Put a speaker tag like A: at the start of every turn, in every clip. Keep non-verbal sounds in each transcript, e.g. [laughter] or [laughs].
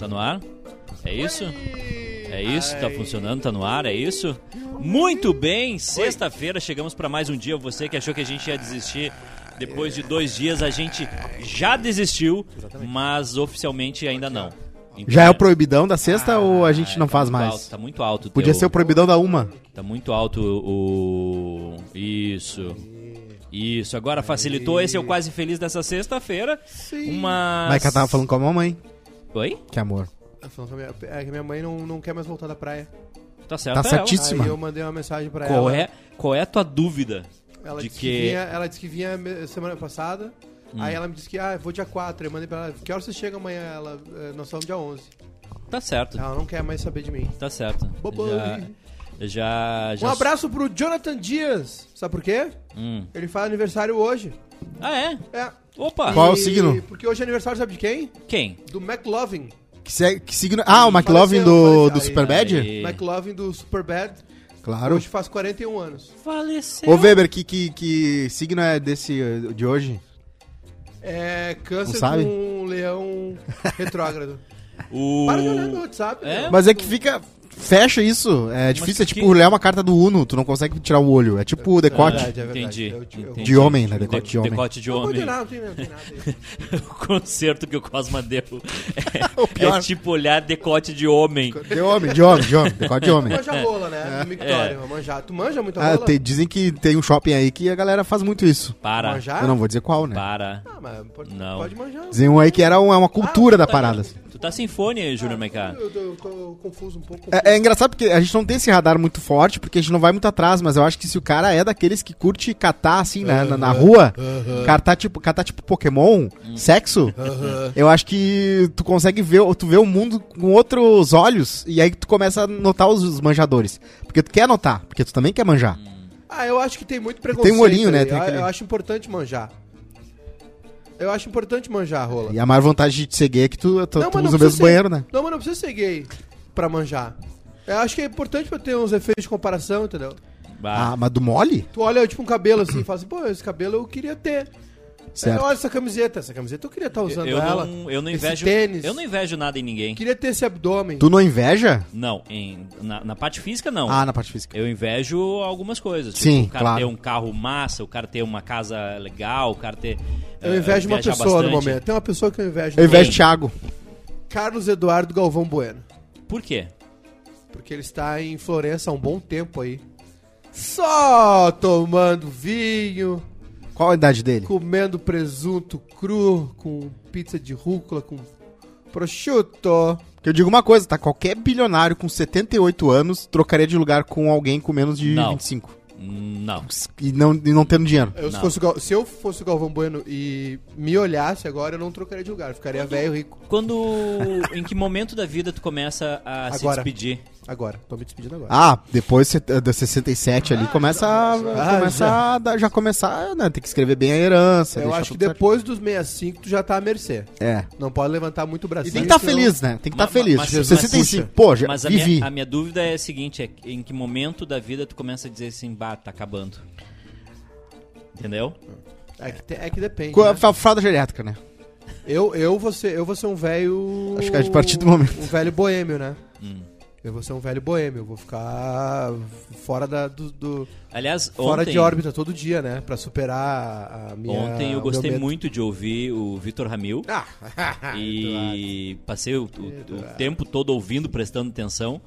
A: Tá no ar? É isso? É isso, tá funcionando, tá no ar, é isso? Muito bem, sexta-feira chegamos para mais um dia. Você que achou que a gente ia desistir depois de dois dias, a gente já desistiu, mas oficialmente ainda não. Então,
B: Já é o proibidão da sexta ou a gente não faz
A: muito
B: mais?
A: alto, tá muito alto. o
B: Podia
A: teu-
B: ser o proibidão da uma.
A: Tá muito alto o. Isso. Isso, agora facilitou. Esse é o quase feliz dessa sexta-feira. Uma.
B: Mas que eu tava falando com a mamãe.
A: Oi?
B: Que amor.
C: Ela falou que a minha, é que a minha mãe não, não quer mais voltar da praia.
A: Tá certo.
B: Tá
A: é ela.
B: certíssima.
C: Aí eu mandei uma mensagem pra
A: Qual
C: ela.
A: é, qual é a tua dúvida?
C: Ela
A: de
C: disse
A: que- Hum.
C: que... vinha, ela disse que vinha me- semana passada. Aí ela me disse que, ah, eu vou dia 4. Eu mandei pra ela, que hora você chega amanhã? Ela, "Eh, nós estamos dia 11.
A: Tá certo.
C: Ela não quer mais saber de mim.
A: Tá certo.
C: Bobo.
A: Já, já, já.
C: Um abraço pro Jonathan Dias. Sabe por quê?
A: Hum.
C: Ele faz aniversário hoje.
A: Ah, é?
C: É.
A: Opa!
B: Qual é o
C: E-
B: signo?
C: Porque hoje é aniversário, sabe de quem?
A: Quem?
C: Do McLovin.
B: Que, se- que signo... Ah, o McLovin
C: Faleceu,
B: do,
C: faleceu.
B: do Superbad?
A: Aí. E-
C: McLovin do Superbad.
B: Claro.
C: Hoje faz 41 anos.
A: Faleceu.
B: Ô Weber, que, que, que signo é desse eh, de hoje?
C: É câncer
B: Não sabe?
C: com um leão retrógrado.
A: O...
C: Para de olhar no WhatsApp.
A: É?
C: meu.
B: Mas é que fica... Fecha isso. É difícil, é
A: que-
B: tipo olhar uma carta do Uno, tu não consegue tirar o olho. É tipo decote.
C: verdade, é verdade.
A: Entendi.
C: Eu te- eu-
A: entendi.
B: De homem, né? Decote de homem.
A: Decote de
C: Não
A: homem.
C: tem nada, não tem nada, não tem nada. aí.
A: [laughs] o concerto que o Cosma
C: [laughs]
A: deu. É,
B: O pior.
A: é tipo olhar decote de homem.
B: De homem, de homem, de homem. Decote de
C: [laughs]
A: [laughs]
B: homem.
C: Manja
A: É.
C: rola, né? No Mictório, vai manjar. Tu manja muito a
B: Ah,
C: rola?
B: tem- dizem que tem um shopping aí que a galera faz muito isso.
A: Para.
C: Manjar?
B: Eu não vou dizer qual, né?
A: Para.
C: Ah, mas pode,
A: Não.
C: pode manjar.
B: Dizem um aí que era uma, uma cultura da parada. assim.
A: Tu tá sem fone aí, Júnior Maiká.
C: Eu, tô- eu tô confuso um pouco.
B: É, é engraçado porque a gente não tem esse radar muito forte, porque a gente não vai muito atrás, mas eu acho que se o cara é daqueles que curte catar assim né, na, na rua, catar, tipo, catar tipo Pokémon, sexo, eu acho que tu consegue ver, tu vê o mundo com outros olhos e aí tu começa a notar os, os manjadores. Porque tu quer notar, porque tu também quer manjar.
C: Ah, eu acho que tem muito preconceito.
B: Tem um olhinho, né?
C: aí.
B: Tem
C: eu,
B: aquele-
C: eu acho importante manjar. Eu acho importante manjar a rola.
B: E a maior vantagem de ser gay é que tu, tu,
C: Não,
B: tu
C: mas não
B: usa o
C: precisa
B: mesmo
C: ser-
B: banheiro, né?
C: Não, mas não precisa ser gay pra manjar. Eu acho que é importante pra ter uns efeitos de comparação, entendeu?
A: Bah.
B: Ah, mas do mole?
C: Tu olha, tipo, um cabelo assim e fala assim, pô, esse cabelo eu queria ter.
B: Certo.
C: Olha essa camiseta, essa camiseta eu queria estar usando
A: eu,
C: ela.
A: não, eu não
C: Esse
A: invejo.
C: tênis.
A: Eu não invejo nada em ninguém.
C: Queria ter esse abdômen.
B: Tu não inveja?
A: Não, em- na, na parte física não.
B: Ah, na parte física.
A: Eu invejo algumas coisas.
B: Sim,
A: o cara
B: claro.
A: ter um carro massa, o cara ter uma casa legal, o cara ter.
C: Eu
A: eh,
C: invejo uma
A: viajar
C: pessoa no
A: bastante.
C: momento. Tem uma pessoa que eu invejo.
B: Eu invejo
A: Quem?
B: Thiago.
C: Carlos Eduardo Galvão Bueno.
A: Por quê?
C: Porque ele está em Florença há um bom tempo aí. Só tomando vinho,
B: Qual a idade dele?
C: comendo presunto cru, com pizza de rúcula, com prosciutto.
B: Que eu digo uma coisa, tá? Qualquer bilionário com 78 anos trocaria de lugar com alguém com menos de
A: Não.
B: 25.
A: Não.
B: E não, e não tendo dinheiro.
C: Eu, se,
A: Não.
C: fosse o Gal- se eu fosse o Galvão Bueno e me olhasse agora, eu não trocaria de lugar. eu Ficaria velho rico.
A: Quando. em que momento da vida tu começa a se
C: Agora.
A: despedir?
C: Agora, tô me despedindo agora.
B: Ah, depois se- dos 67 ali começa a.
C: Ah,
B: começa já. A, dar- já começar, né? Tem que escrever bem a herança.
C: eu
B: deixar
C: acho que
B: tudo
C: depois dos 65 tu já tá à mercê.
B: certo. É.
C: Não pode levantar muito o
B: E
C: bracinho.
B: tem que estar
C: senão-
B: feliz, né? Tem que estar
A: Ma- ma-
B: feliz.
A: mas-
B: 65,
C: mas-
B: pô, já
A: Mas a
B: vivi.
A: minha, a minha dúvida é a seguinte: é em que momento da vida tu começa a dizer assim, bah, tá acabando? Entendeu?
C: É que, te- é que depende.
B: Com
C: né?
B: a fra- fralda geriátrica, né?
C: Eu, eu, vou ser, eu vou ser um velho.
B: Acho que a partir do momento-
C: Um velho boêmio, né?
A: Hum.
C: Eu vou ser um velho boêmio. Eu vou ficar fora, da, do, do-
A: Aliás,
C: fora
A: ontem,
C: de órbita todo dia, né? Pra superar a minha.
A: ontem eu
C: o
A: gostei
C: meu medo.
A: muito de ouvir o Vitor Ramil.
B: [laughs]
C: Ah,
A: e passei o, o- o tempo todo ouvindo, prestando atenção.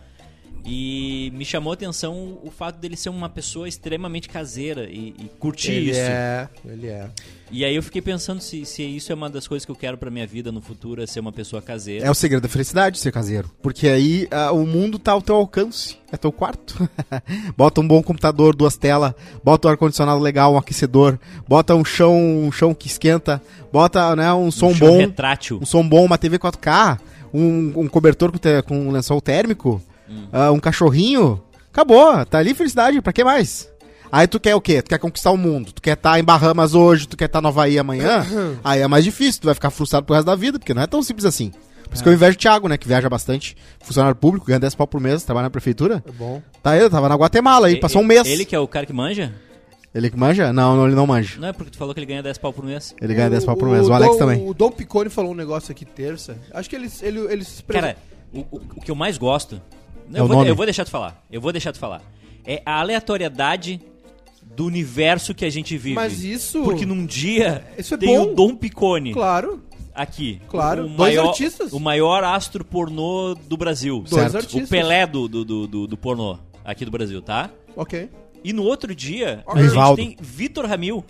A: E me chamou a atenção o fato dele ser uma pessoa extremamente caseira e, e curtir
C: ele
A: isso.
C: é. Ele é.
A: E aí eu fiquei pensando se, se isso é uma das coisas que eu quero pra minha vida no futuro, é ser uma pessoa caseira.
B: É o segredo da felicidade ser caseiro. Porque aí ah, o mundo tá ao teu alcance. É teu quarto. [laughs] bota um bom computador, duas telas, bota um ar-condicionado legal, um aquecedor, bota um chão, um chão que esquenta, bota né, um som
A: Um
B: bom,
A: Retrátil.
B: um som bom, uma TV 4K, um, um cobertor com, te- com um lençol térmico,
A: Hum.
B: ah, um cachorrinho. Acabou, tá ali felicidade, pra que mais? Aí tu quer o quê? Tu quer conquistar o mundo. Tu quer estar em Bahamas hoje, tu quer estar tá no Havaí amanhã.
A: [clears throat]
B: aí é mais difícil, tu vai ficar frustrado pro resto da vida, porque não é tão simples assim. Por isso que eu
A: É.
B: invejo o Thiago, né? Que viaja bastante, funcionário público, ganha 10 pau por mês, trabalha na prefeitura.
C: É bom.
B: Tá aí, eu tava na Guatemala aí,
A: E-
B: passou um
A: e-
B: mês.
A: Ele que é o cara que manja?
B: Ele que manja? Não, não, ele não manja.
A: Não é porque tu falou que ele ganha 10 pau por mês?
B: Ele ganha 10 pau por mês. é O, Alex
C: Dom-
B: também.
C: O Dom Piccone falou um negócio aqui terça. Acho que ele, ele, ele se expressou.
A: Cara, o, o- o que eu mais gosto.
B: É o
A: eu, vou,
B: nome.
A: eu vou deixar tu falar. Eu vou deixar tu falar. É a aleatoriedade do universo que a gente vive.
C: Mas isso-
A: Porque num dia
C: Isso é
A: tem
C: bom.
A: o Dom Picone
C: claro,
A: aqui.
C: Claro,
A: O
C: dois
A: maior,
C: artistas.
A: O maior astro pornô do Brasil.
C: dois
B: Certo.
A: O
C: artistas.
A: Pelé do, do, do, do- do pornô aqui do Brasil, tá?
C: Ok.
A: E no outro dia, a
B: Rivaldo.
A: gente tem Vitor Ramil.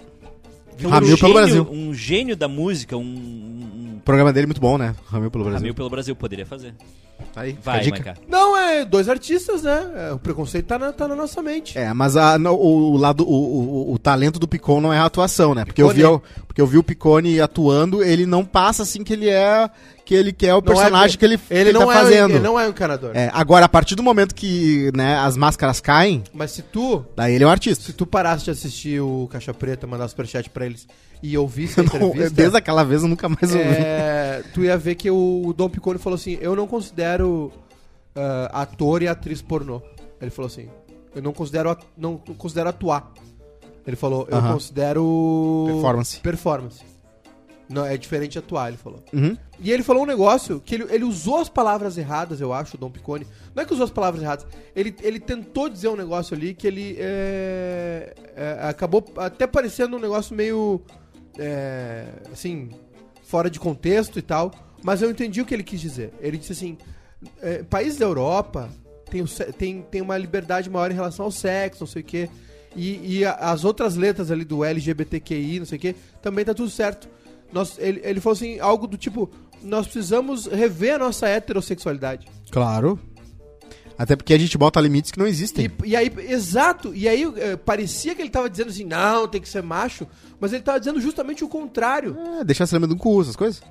A: que é
B: Ramil pelo Brasil.
A: Um gênio da música, um- um... um
B: O programa dele é muito bom, né? Ramil pelo Brasil.
A: Ramil pelo Brasil poderia fazer.
B: Tá aí. fica a
A: Vai,
B: dica.
A: Maiká.
C: Não, é dois artistas, né? É, o preconceito tá na, tá na nossa mente.
B: É, mas a- não, o, o lado, o, o- o talento do Picon não é a atuação, né? Porque eu, vi,
C: Piccone.
B: o- porque eu vi o Picone atuando, ele não passa assim que ele é que ele que é o
C: Não
B: personagem
C: é-
B: que ele, que ele
C: não
B: tá
C: é,
B: fazendo.
C: Ele não é um encanador.
B: É, agora, a partir do momento que né, as máscaras caem,
C: Mas se tu,
B: daí ele é um artista.
C: se tu parasse de assistir o Caixa Preta, mandar superchat pra eles e ouvisse a
B: Eu [laughs] não- é
C: entrevista...
B: Então, desde aquela vez eu nunca mais ouvi.
C: É, tu ia ver que o Dom Piccone falou assim: Eu não considero ah, ator e atriz pornô. Ele falou assim: Eu não considero, at- não considero atuar. Ele falou: Eu
B: Aham.
C: considero.
B: Performance.
C: Performance. Não, é diferente de atuar, ele falou.
B: Uhum.
C: E ele falou um negócio que ele, ele usou as palavras erradas, eu acho, o Dom Piccone. Não é que usou as palavras erradas. Ele, ele tentou dizer um negócio ali que ele é, é, acabou até parecendo um negócio meio. é, assim, fora de contexto e tal. Mas eu entendi o que ele quis dizer. Ele disse assim: é, países da Europa tem, o se- tem, tem uma liberdade maior em relação ao sexo, não sei o quê. E, e a- as outras letras ali do LGBTQI, não sei o quê, também tá tudo certo. Nós, ele, ele falou assim, algo do tipo, nós precisamos rever a nossa heterossexualidade.
B: Claro. Até porque a gente bota limites que não existem.
C: E, e aí, exato, e aí eh, parecia que ele tava dizendo assim, não, tem que ser macho, mas ele tava dizendo justamente o contrário.
B: É, deixar se lembrando do cu, essas coisas.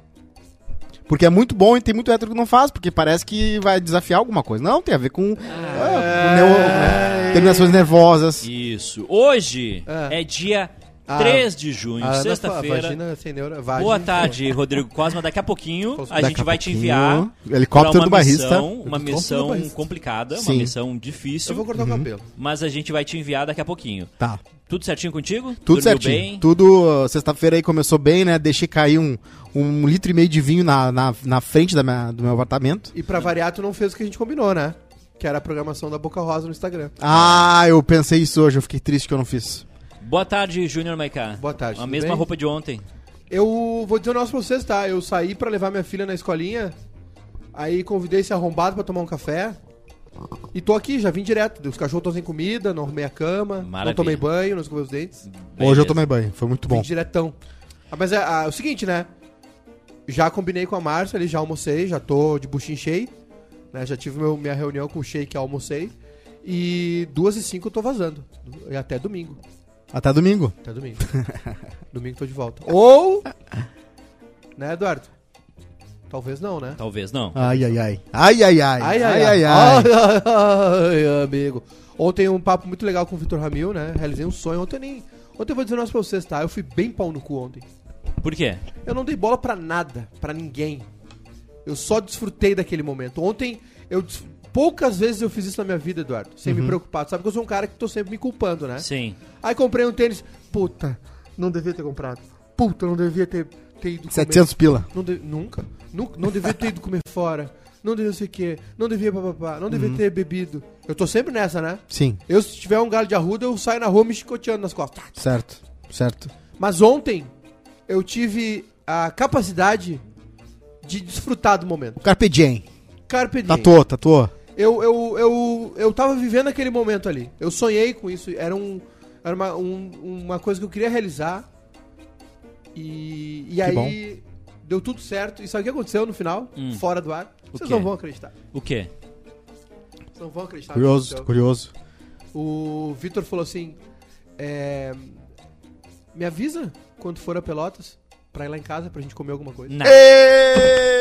B: Porque é muito bom e tem muito hétero que não faz, porque parece que vai desafiar alguma coisa. Não, tem a ver com, é, com neo- né, terminações nervosas.
A: Isso. Hoje
C: Ah.
A: é dia
C: Ah.
A: 3 de junho,
C: A Ana fa-
A: sexta-feira.
C: vagina sem neura-
A: Boa
C: vagina-
A: tarde, Rodrigo Cosma. Daqui a pouquinho a
B: Daqui
A: gente
B: a
A: vai te
B: pouquinho,
A: enviar
B: helicóptero
A: pra uma
B: do barrista.
A: missão, uma
C: Helicóptero do
A: missão
C: barrista.
A: complicada, uma
B: Sim.
A: missão
C: Eu
A: difícil,
C: vou cortar o cabelo.
A: mas a gente vai te enviar daqui a pouquinho.
B: Tá.
A: Tudo certinho contigo? Dormiu
B: Tudo certinho.
A: bem?
B: Tudo. uh, Sexta-feira aí começou bem, né? Deixei cair um, um litro e meio de vinho na, na, na frente da minha- do meu apartamento.
C: E pra variar, tu não fez o que a gente combinou, né? Que era a programação da Boca Rosa no Instagram.
B: Ah, eu pensei isso hoje, eu fiquei triste que eu não fiz.
A: Boa tarde, Júnior Maiká.
C: Boa tarde,
A: A
C: tudo
A: mesma
C: bem?
A: roupa de ontem.
C: Eu vou dizer um negócio pra vocês, tá? Eu saí pra levar minha filha na escolinha, aí convidei esse arrombado pra tomar um café. E tô aqui, já vim direto. Os cachorros estão sem comida, não arrumei a cama,
A: Maravilha.
C: não tomei banho, não escovei os dentes.
B: Hoje eu
A: Beleza.
B: tomei banho, foi muito
C: Vim
B: bom.
C: diretão. Ah, mas é, ah, é o seguinte, né? Já combinei com a Márcia, ali já almocei, já tô de buchinho cheio. Né? Já tive meu- minha reunião com o Sheik, almocei. E duas e cinco eu tô vazando. E até domingo.
B: Até domingo.
C: Até
B: [laughs]
C: domingo. domingo tô de volta. Ou. Né, Eduardo? Talvez não, né?
A: Talvez não.
B: Ai, ai, ai. Ai, ai, ai.
C: Ai, ai, amigo. Ontem um papo muito legal com o Vitor Ramil, né? Realizei um sonho. Ontem eu nem. Ontem eu vou dizer um negócio pra vocês, tá? Eu fui bem pau no cu ontem.
A: Por quê?
C: Eu não dei bola pra nada, pra ninguém. Eu só desfrutei daquele momento. Ontem, eu des- poucas vezes eu fiz isso na minha vida, Eduardo, sem
B: Uhum.
C: me preocupar. Tu Sabe que eu sou um cara que tô sempre me culpando, né?
A: Sim.
C: Aí comprei um tênis. Puta, não devia ter comprado. Puta, não devia ter, ter ido comer.
B: 700 pila.
C: Não de- Nunca. Nunca. Não devia ter ido comer [laughs] fora. Não devia sei o quê. Não devia papapá. Não devia ter bebido. Eu tô sempre nessa, né?
B: Sim,
C: Eu, se tiver um galho de arruda, eu saio na rua me chicoteando nas costas.
B: certo. Certo.
C: Mas ontem eu tive a capacidade de desfrutar do momento.
B: Carpe Diem.
C: Carpe diem.
B: Tatuou, tatuou.
C: Eu, eu, eu, eu tava vivendo aquele momento ali. Eu sonhei com isso. Era, um, era uma, um- uma coisa que eu queria realizar. E, e aí deu tudo certo. E sabe o que aconteceu no final?
A: Hum.
C: Fora do ar.
A: O
C: Vocês
A: quê?
C: não vão acreditar.
A: O quê?
C: Vocês não vão acreditar. no que
B: Curioso,
C: aconteceu.
B: curioso.
C: O Vitor falou assim: é, Me avisa quando for a Pelotas pra ir lá em casa pra gente comer alguma coisa.
A: Não.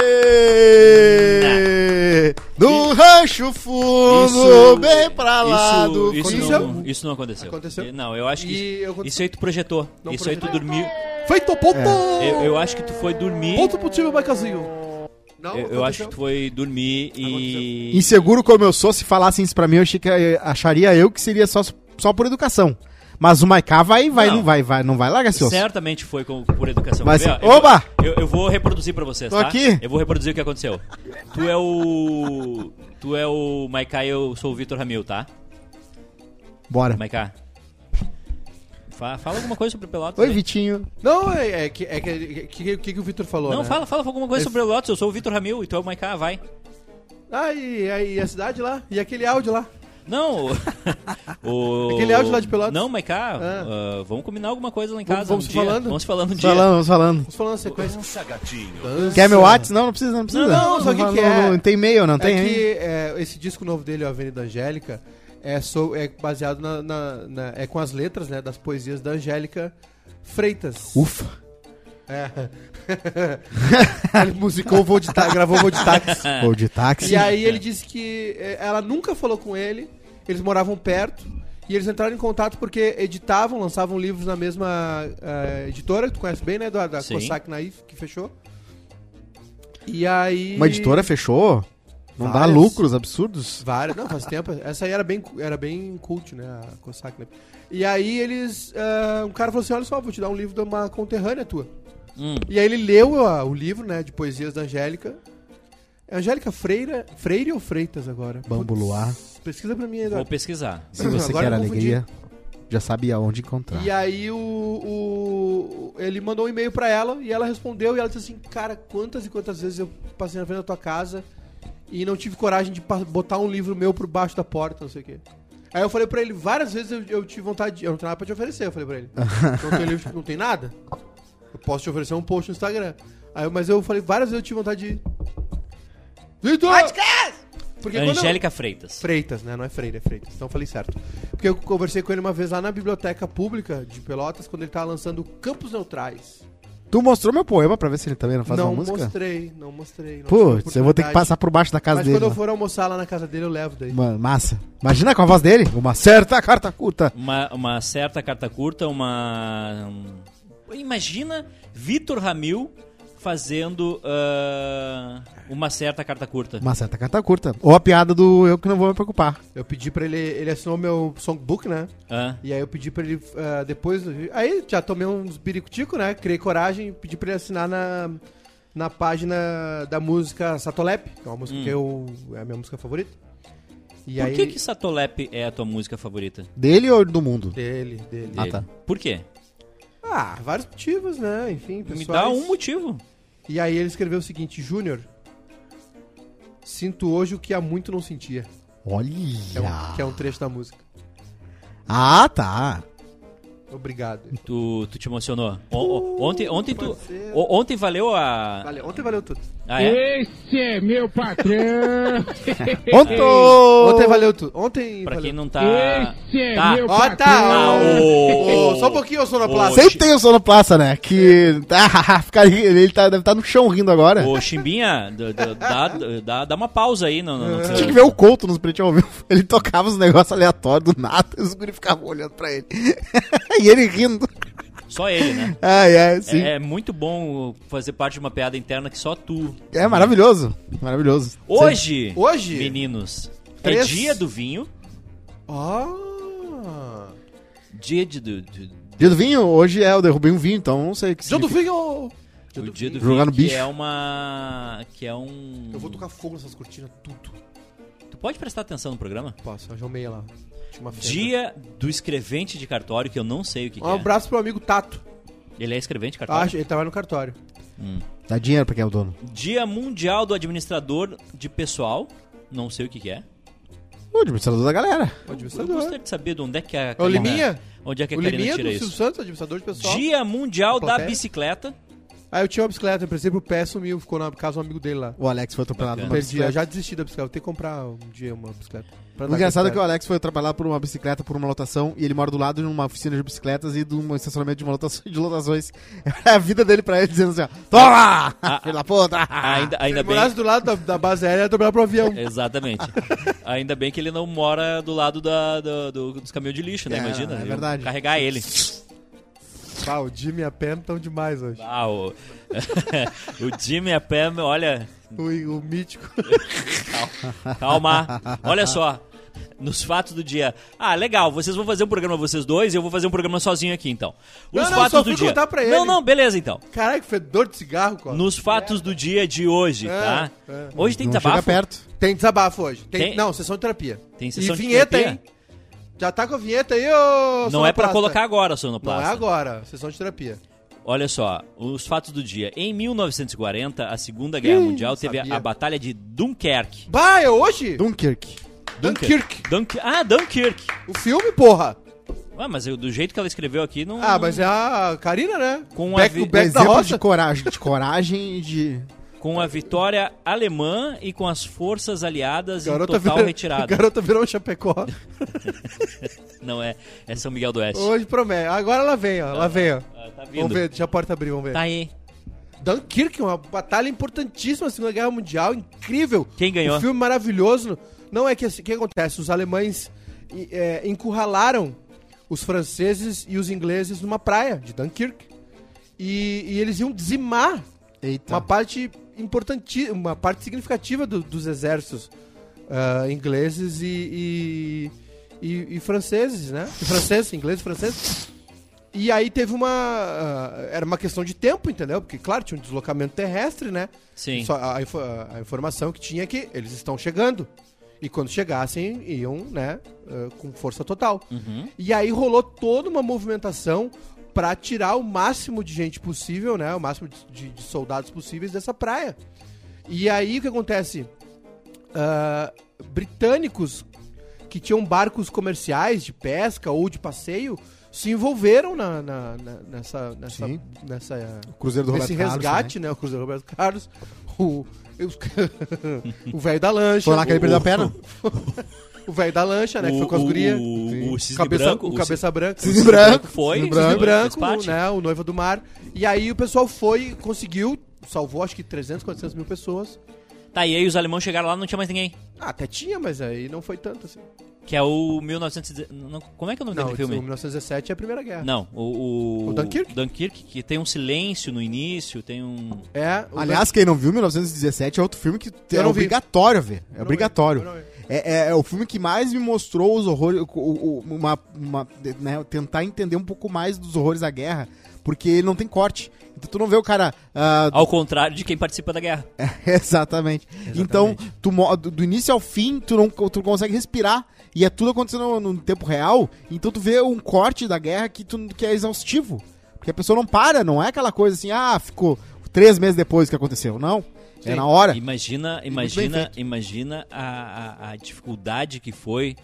B: Ê!
C: Tá.
B: Do rancho fundo,
A: Isso-
B: bem pra lá
A: isso,
B: do
A: isso,
C: Corinthians.
A: não, isso não aconteceu.
C: Aconteceu?
A: Não, eu acho que
C: E
A: isso,
C: eu-
A: isso aí tu projetou.
C: Não
A: isso aí tu
C: projetei.
A: dormiu.
C: Feito ponto!
A: É. Eu, eu acho que tu foi dormir.
C: Ponto pro time, Macazinho. Não,
A: Eu, eu acho
C: aconteceu.
A: que tu foi dormir e.
B: Inseguro como eu sou, se falassem isso pra mim, eu achei que acharia eu que seria só, só por educação. Mas o Maiká vai, vai,
A: Não.
B: não. vai, vai, não vai largar esse osso.
A: Certamente foi com- por educação.
B: Vai
A: Quer ver,
B: ser-
A: ó? Eu-
B: Oba!
A: Eu, eu vou reproduzir pra vocês,
B: Tô
A: tá?
B: aqui.
A: Eu vou reproduzir o que aconteceu. Tu é o... Tu é o Maiká e eu sou o Vitor Ramil, tá?
B: Bora.
A: Maiká. Fa- fala alguma coisa sobre o Pelotas.
B: Oi,
A: aí.
B: Vitinho.
C: Não, é, é que, é que, é que, que, que o Vitor falou,
A: Não,
C: né?
A: fala, fala alguma coisa sobre o Pelotas. Eu sou o Vitor Ramil e tu é o Maiká, vai.
C: Ah, e, e- e a cidade lá? E aquele áudio lá?
A: Não, o... o...
C: Aquele áudio lá de Pelotas.
A: Não, Maiká,
C: Ah.
A: ah, vamos combinar alguma coisa lá em
C: Vamos-
A: casa
C: vamos
A: um
C: se
A: dia.
C: falando?
A: Vamos se falando um dia.
B: Falando, vamos falando.
C: Vamos falando na sequência.
D: Dança, gatinho.
C: Dança.
B: Quer meu Whats? Não, não precisa, não precisa.
C: Não, não, sabe o que que
B: não,
C: é?
B: não tem e-mail, não tem,
C: é
B: hein?
C: [laughs] que é, esse disco novo dele, o Avenida Angélica, é, so- é baseado na, na- na- É com as letras, né? Das poesias da Angélica Freitas.
B: Ufa.
C: É. [laughs] ele musicou o voo de táxi, gravou o voo de táxi.
B: Ou de táxi.
C: E aí ele disse que é, ela nunca falou com ele, eles moravam perto, e eles entraram em contato porque editavam, lançavam livros na mesma ah, editora, que tu conhece bem, né, Eduardo? A
A: Sim.
C: Cossack Naif, que fechou. E aí...
B: Uma editora fechou? Não dá
C: Várias.
B: lucros absurdos?
C: Várias, não, faz tempo. Essa aí era bem, era bem cult, né? A Cossack Naif. E aí eles... ah, um cara falou assim, olha só, vou te dar um livro de uma conterrânea tua.
A: Hum,
C: E aí ele leu ah, o livro, né, de poesias da Angélica. É Angélica Freira, Freire ou Freitas agora?
B: Bambu
C: Putz,
B: Luar.
C: Pesquisa pra mim,
A: vou
C: Eduardo.
A: pesquisar.
B: Se você
C: Agora
B: quer
C: eu confundi.
B: alegria, já sabe aonde encontrar.
C: E aí o, o- ele mandou um e-mail pra ela e ela respondeu e ela disse assim, cara, quantas e quantas vezes eu passei na frente da tua casa e não tive coragem de pa- botar um livro meu por baixo da porta, não sei o quê. Aí eu falei pra ele, várias vezes eu, eu tive vontade, de, eu não tenho nada pra te oferecer, eu falei pra ele. Não tem livro, não tem nada. Eu posso te oferecer um post no Instagram. Aí, eu- mas eu falei, várias vezes eu tive vontade de... Vitor! Porque quando eu-
A: Angélica Freitas.
C: Freitas, né? Não é Freire, é Freitas. Então eu falei certo. Porque eu conversei com ele uma vez lá na biblioteca pública de Pelotas, quando ele tava lançando Campos Neutrais.
B: Tu mostrou meu poema pra ver se ele também não faz
C: não
B: uma música?
C: mostrei, não mostrei. não tive
B: Putz, eu vou ter que
C: oportunidade.
B: passar por baixo da casa
C: Mas
B: dele. né?
C: quando eu
B: lá.
C: for almoçar lá na casa dele, eu levo daí.
B: Mano, massa. Imagina com a voz dele, uma certa carta curta.
A: Uma, uma certa carta curta, uma. um- Imagina Vitor Ramil fazendo ah, uma certa carta curta.
B: Uma certa carta curta. Ou a piada do eu que não vou me preocupar.
C: Eu pedi pra ele, ele assinou meu songbook, né?
A: Hã?
C: E aí eu pedi pra ele, ah, depois... Aí já tomei uns biricutico, né? Criei coragem e pedi pra ele assinar na, na página da música Satolep, que é uma música que eu, é a minha música favorita. E
A: Hum. Por
C: aí...
A: que, que Satolep é a tua música favorita?
B: Dele ou do mundo?
C: Dele, dele.
B: Ah, tá.
A: Por quê?
C: Ah, vários motivos, né? Enfim,
A: Me
C: pessoais.
A: dá um motivo.
C: E aí ele escreveu o seguinte, Júnior, sinto hoje o que há muito não sentia, que é, um,
B: Olha.
C: que é um trecho da música.
B: Ah, tá.
C: Obrigado.
A: Tu, tu te emocionou. O- o- ontem, ontem, tu,
C: parceiro.
A: o- ontem valeu a.
C: Valeu. Ontem valeu tudo.
A: Ah, é?
E: Esse é meu patrão!
B: Ontem!
E: [laughs]
C: Ontem valeu tudo. Ontem
A: Pra
C: valeu.
A: quem não tá.
E: Esse é
A: Tá.
E: meu
C: Ó, tá.
A: Ah,
E: patrão!
A: o-
C: Ô, só um pouquinho, ô sonoplasta.
A: Ô,
B: Sempre tem o sonoplaça, né? Que. [laughs] Ah, fica- ele tá, deve estar no chão rindo agora.
A: Ô, Chimbinha, d- d- dá, dá, dá uma pausa aí. Não, não,
B: Tinha que ver o Couto nos pretinhos ao vivo. Ele tocava os negócios aleatórios do nada e os guri ficavam olhando pra ele. [laughs] e ele rindo.
A: Só ele, né?
B: Ai, ai, sim. É,
A: É, é muito bom fazer parte de uma piada interna que só tu.
B: É maravilhoso. Maravilhoso.
A: Hoje,
C: Hoje?
A: meninos, é
C: Três.
A: dia do vinho.
C: Ah.
A: Dia de, do- do-
B: Dia do vinho, hoje é, eu derrubei um vinho, então não sei o que
C: Jogo do
B: significa.
C: Vinho!
A: o dia do
B: Jogar
A: vinho,
B: no
A: que
B: bicho.
A: é uma... que é um...
C: Eu vou tocar fogo nessas cortinas, tudo.
A: Tu pode prestar atenção no programa?
C: Posso, eu já meia lá. Tinha uma fenda.
A: Dia do escrevente de cartório, que eu não sei o que, que
C: Um abraço pro amigo Tato.
A: é. Ele é escrevente de cartório?
C: Acho, ele trabalha no cartório.
B: Dá dinheiro pra quem é o dono.
A: Dia mundial do administrador de pessoal, não sei o que, que é.
B: O administrador da galera.
A: Eu gostaria de saber de onde é que a
C: É o
A: Karina...
C: Liminha?
A: Onde é que a
C: O
A: Karina
C: Liminha do
A: tira
C: Silvio
A: isso.
C: Santos, administrador de pessoal.
A: Dia mundial da
C: Plateia.
A: bicicleta.
C: Aí eu tinha uma bicicleta, eu emprestei pro pé, sumiu, ficou na casa de um amigo dele lá.
B: O Alex foi atropelado
A: Bacana.
B: numa
C: Perdi, eu
B: bicicleta.
C: já desisti da bicicleta, vou ter que comprar um dia uma bicicleta. Pra
B: O
C: andar
B: engraçado é que
C: com
B: o
C: a
B: Alex foi atropelado por uma bicicleta, por uma lotação, e ele mora do lado de uma oficina de bicicletas e de um estacionamento de, uma lotação, de lotações. [laughs] É a vida dele pra ele dizendo assim, ó, toma!
A: Ah,
B: Filho da puta!
C: Ah,
A: Ainda, ainda
C: bicicleta. Se
A: bem...
C: ele
A: [laughs] É.
C: morasse do lado da, da base aérea, ia dobrar pro avião. [laughs]
A: Exatamente. Ainda bem que ele não mora do lado da, do- do- dos caminhões de lixo, né?
B: É,
A: Imagina.
B: é
A: eu
B: verdade.
A: Carregar ele.
C: Pá, o Jimmy e a Pam tão demais hoje.
A: Ah, o, [laughs] o Jimmy e a Pam, olha,
C: O, o mítico.
A: calma. Olha só. nos fatos do dia. Ah, legal, vocês vão fazer um programa vocês dois e eu vou fazer um programa sozinho aqui, então. Os
C: Não, não,
A: fatos
C: só
A: do
C: fui
A: dia.
C: contar pra ele.
A: Não, não, beleza então.
C: [laughs] Caralho, que fedor de cigarro, Cola.
A: Nos fatos do dia de hoje,
C: É,
A: tá?
C: é.
A: Hoje tem
B: Não chega
A: desabafo?
B: perto.
C: Tem desabafo hoje. Tem,
A: Tem-
C: Não, sessão de terapia.
A: Tem sessão
C: e
A: de
C: vinheta,
A: terapia?
C: hein? Já tá com a vinheta aí, ô
A: Não é pra
C: sonoplasta?
A: colocar agora,
C: Não
A: Sonoplasta.
C: é agora, sessão de terapia.
A: Olha só, os fatos do dia. Em 1940, a Segunda Guerra Mundial teve
C: sabia.
A: a, a Batalha de Dunkerque.
C: Bah, é hoje?
B: Dunkirk.
C: Dunkirk.
A: Dunk- ah, Dunkirk.
C: O filme, porra.
A: Ah, mas eu- do jeito que ela escreveu aqui, não...
C: Ah, mas é a Karina, né?
A: Com
C: Back-
A: a vi-
C: o Beck da
B: Exemplo
C: Roça.
B: de coragem. De coragem e de...
A: Com a vitória alemã e com as forças aliadas em total
C: virou-
A: retirada.
C: [laughs] Garota virou um Chapecó.
A: Não, é, é São Miguel do Oeste.
C: Hoje promete. Agora ela vem, ó. Ela vem, ó.
A: Ah, tá vindo.
C: Vamos ver, deixa a porta abrir, vamos ver.
A: Tá aí.
C: Dunkirk, uma batalha importantíssima, Segunda Guerra Mundial, incrível.
A: Quem ganhou?
C: Um filme maravilhoso. Não é que assim, o que acontece? Os alemães e, é, encurralaram os franceses e os ingleses numa praia de Dunkirk. E, e eles iam dizimar
B: Eita.
C: uma parte importante, uma parte significativa do- dos exércitos ah, ingleses e, e- e- e franceses, né? E franceses, ingleses e franceses. E aí teve uma... ah, era uma questão de tempo, entendeu? Porque, claro, tinha um deslocamento terrestre, né?
A: Sim.
C: Só a, info- a informação que tinha é que eles estão chegando. E quando chegassem, iam, né, eh, com força total.
A: Uhum.
C: E aí rolou toda uma movimentação pra tirar o máximo de gente possível, né, o máximo de, de- de soldados possíveis dessa praia. E aí o que acontece? Ah, britânicos que tinham barcos comerciais de pesca ou de passeio se envolveram na, na- na- nessa, nessa,
B: Sim.
C: nessa eh,
B: Cruzeiro do
C: esse
B: Roberto Carlos
C: resgate, né? O Cruzeiro Roberto Carlos, o. os- [laughs] o velho da lancha.
B: né? Foi lá que ele
C: o-
B: perdeu a
C: [laughs]
B: perna.
C: O velho da lancha, né? que foi com as
A: O-
C: gurias.
A: o- o cisne
C: cabeça,
A: branco,
C: O
A: o
C: cabeça branca.
B: Cisne branco.
A: Foi,
B: Cisne
C: Cisne
B: branco.
C: branco,
A: Fez parte.
C: né? O noiva do mar. E aí o pessoal foi, conseguiu, salvou acho que 300, 400 mil pessoas.
A: Tá, e aí os alemães chegaram lá não tinha mais ninguém.
C: Ah, até tinha, mas aí não foi tanto assim.
A: Que é o 1910... não- Como é que é o nome
C: Não,
A: daquele
C: isso,
A: filme?
C: 1917 é a Primeira Guerra.
A: Não, o...
C: O Dunkirk?
A: Dunkirk, que tem um silêncio no início, tem um...
C: É, o
B: Aliás, quem não viu, 1917 é outro filme que
C: Eu
B: é
C: não vi.
B: obrigatório ver. É
C: vi, eu
B: obrigatório.
C: não vi.
B: É, é- é o filme que mais me mostrou os horrores. o- o- uma, uma- né, tentar entender um pouco mais dos horrores da guerra. Porque ele não tem corte. Então tu não vê o cara. ah,
A: Ao contrário de quem participa da guerra.
B: [laughs] Exatamente. Então, tu, mo- do do início ao fim, tu não co- tu não consegue respirar. E é tudo acontecendo no, no tempo real. Então tu vê um corte da guerra que, tu, que é exaustivo. Porque a pessoa não para, não é aquela coisa assim, ah, ficou três meses depois que aconteceu. Não. É
C: Sim.
B: na hora.
A: Imagina,
B: é bem
A: imagina,
B: feito.
A: imagina a, a- a dificuldade que foi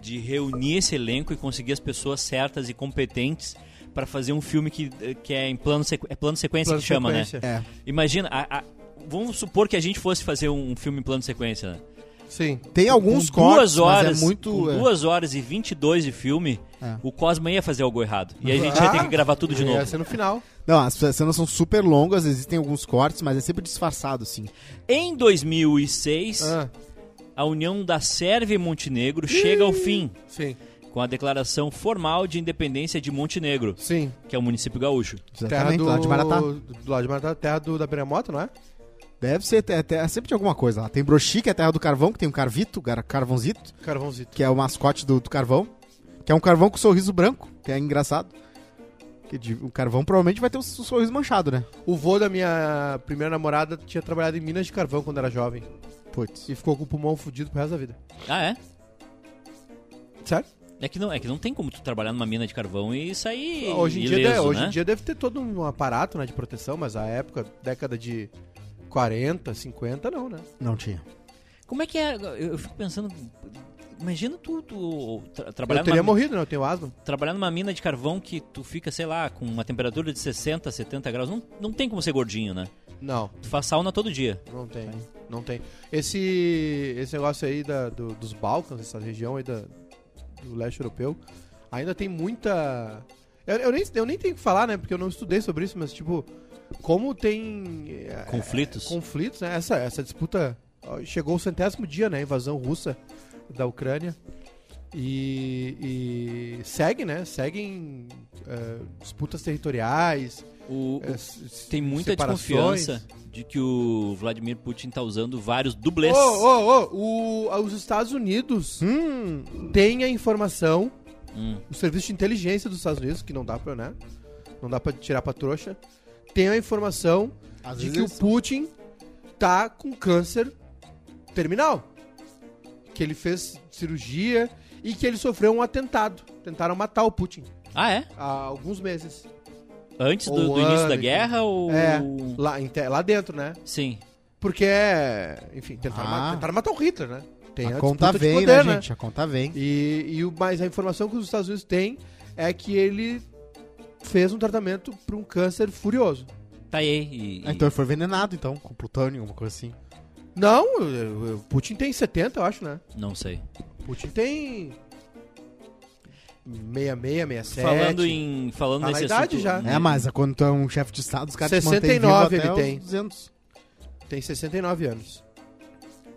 A: de reunir esse elenco e conseguir as pessoas certas e competentes pra fazer um filme que, que é em plano, sequ- é plano sequência
C: plano
A: que chama,
C: sequência.
A: né?
B: É.
A: Imagina, a- a- vamos supor que a gente fosse fazer um filme em plano sequência, né?
C: Sim.
B: Tem alguns
A: com duas
B: cortes,
A: horas,
B: mas é muito...
A: com
B: é,
A: duas horas e 22 de filme,
B: É. Uhum. Ah.
A: o Cosma ia fazer algo errado. E a gente ia ter que gravar tudo de
C: Ia
A: novo.
C: ser é no final.
B: Não, as cenas são super longas, existem alguns cortes, mas é sempre disfarçado, assim.
A: Em 2006,
C: Ah,
A: a união da Sérvia e Montenegro chega ao fim.
C: sim,
A: com a declaração formal de independência de Montenegro,
C: sim.
A: que é o município gaúcho.
C: Terra
B: Exatamente,
C: do...
B: lá de Maratá.
C: Do lado de Maratá, terra do, da Beremoto, não é?
B: Deve ser é, te- te- sempre de alguma coisa lá. Tem Broxi, que é a terra do carvão, que tem um carvito, gar- carvãozito,
C: Carvãozito.
B: que é o mascote do, do carvão. Que é um carvão com sorriso branco, que é engraçado. Que de- o carvão provavelmente vai ter o um sorriso manchado, né?
C: O vô da minha primeira namorada tinha trabalhado em minas de carvão quando era jovem.
B: Putz.
C: E ficou com o pulmão fudido pro resto da vida.
A: Ah, é?
C: Sério?
A: É que não, é que não tem como tu trabalhar numa mina de carvão e sair
C: hoje, em dia,
A: ileso,
C: de- hoje
A: né?
C: em dia deve ter todo um aparato né, de proteção, mas a época, década de 40, 50, não, né?
B: Não tinha.
A: Como é que é? Eu, eu fico pensando... Imagina tu, tu tra-
C: Eu
A: trabalhar,
C: teria
A: numa,
C: morrido, né? Eu tenho asma.
A: trabalhar numa mina de carvão que tu fica, sei lá, com uma temperatura de 60, 70 graus. Não, não tem como ser gordinho, né?
C: Não,
A: Tu faz sauna todo dia.
C: não tem. Não tem. Esse, esse negócio aí da- do- dos Balcãs, essa região aí da- do leste europeu, ainda tem muita. Eu, eu nem, eu nem tenho que falar, né? Porque eu não estudei sobre isso, mas tipo, como tem. é,
A: Conflitos.
C: conflitos, né? Essa, essa disputa ó, chegou ao centésimo dia, né? A invasão russa da Ucrânia. E, e segue, né? Seguem eh, disputas é, territoriais,
A: O,
C: é,
A: o-
C: s- s-
A: tem muita
C: separações.
A: desconfiança de que o Vladimir Putin tá usando vários dublês.
C: Ô, ô, ô, o- os Estados Unidos
B: Hum,
C: têm a informação,
A: Hum.
C: o serviço de inteligência dos Estados Unidos, que não dá pra, né? Não dá pra tirar pra trouxa, tem a informação
B: Às
C: de
B: vezes
C: que o
B: eles-
C: Putin tá com câncer terminal. Que ele fez cirurgia e que ele sofreu um atentado. Tentaram matar o Putin
A: Ah, é?
C: há alguns meses.
A: Antes do,
C: Ou
A: do início da
C: antes.
A: guerra ou.
C: É, lá, em te- lá dentro, né?
A: Sim.
C: Porque, é, enfim, tentaram,
B: Ah.
C: ma- tentaram matar o Hitler, né? Tem
B: a
C: disputa
B: conta
C: de
B: vem,
C: poder,
B: né, gente? A conta vem.
C: E, e o, mas a informação que os Estados Unidos têm é que ele fez um tratamento para um câncer furioso.
A: Tá aí. E, e-
B: Ah, então ele foi envenenado, então, com plutônio, alguma coisa assim.
C: Não, o- o Putin tem 70, eu acho, né?
A: Não sei.
C: Putin tem 66, 67.
A: Falando em. Falando
C: Tá na
A: nesse
C: idade
A: assunto. hum,
C: já.
B: É, mas quando tu é um chefe de estado, os caras te mantêm vivo
C: 69
B: até
C: ele
B: os
C: tem.
B: 200.
C: Tem 69 anos.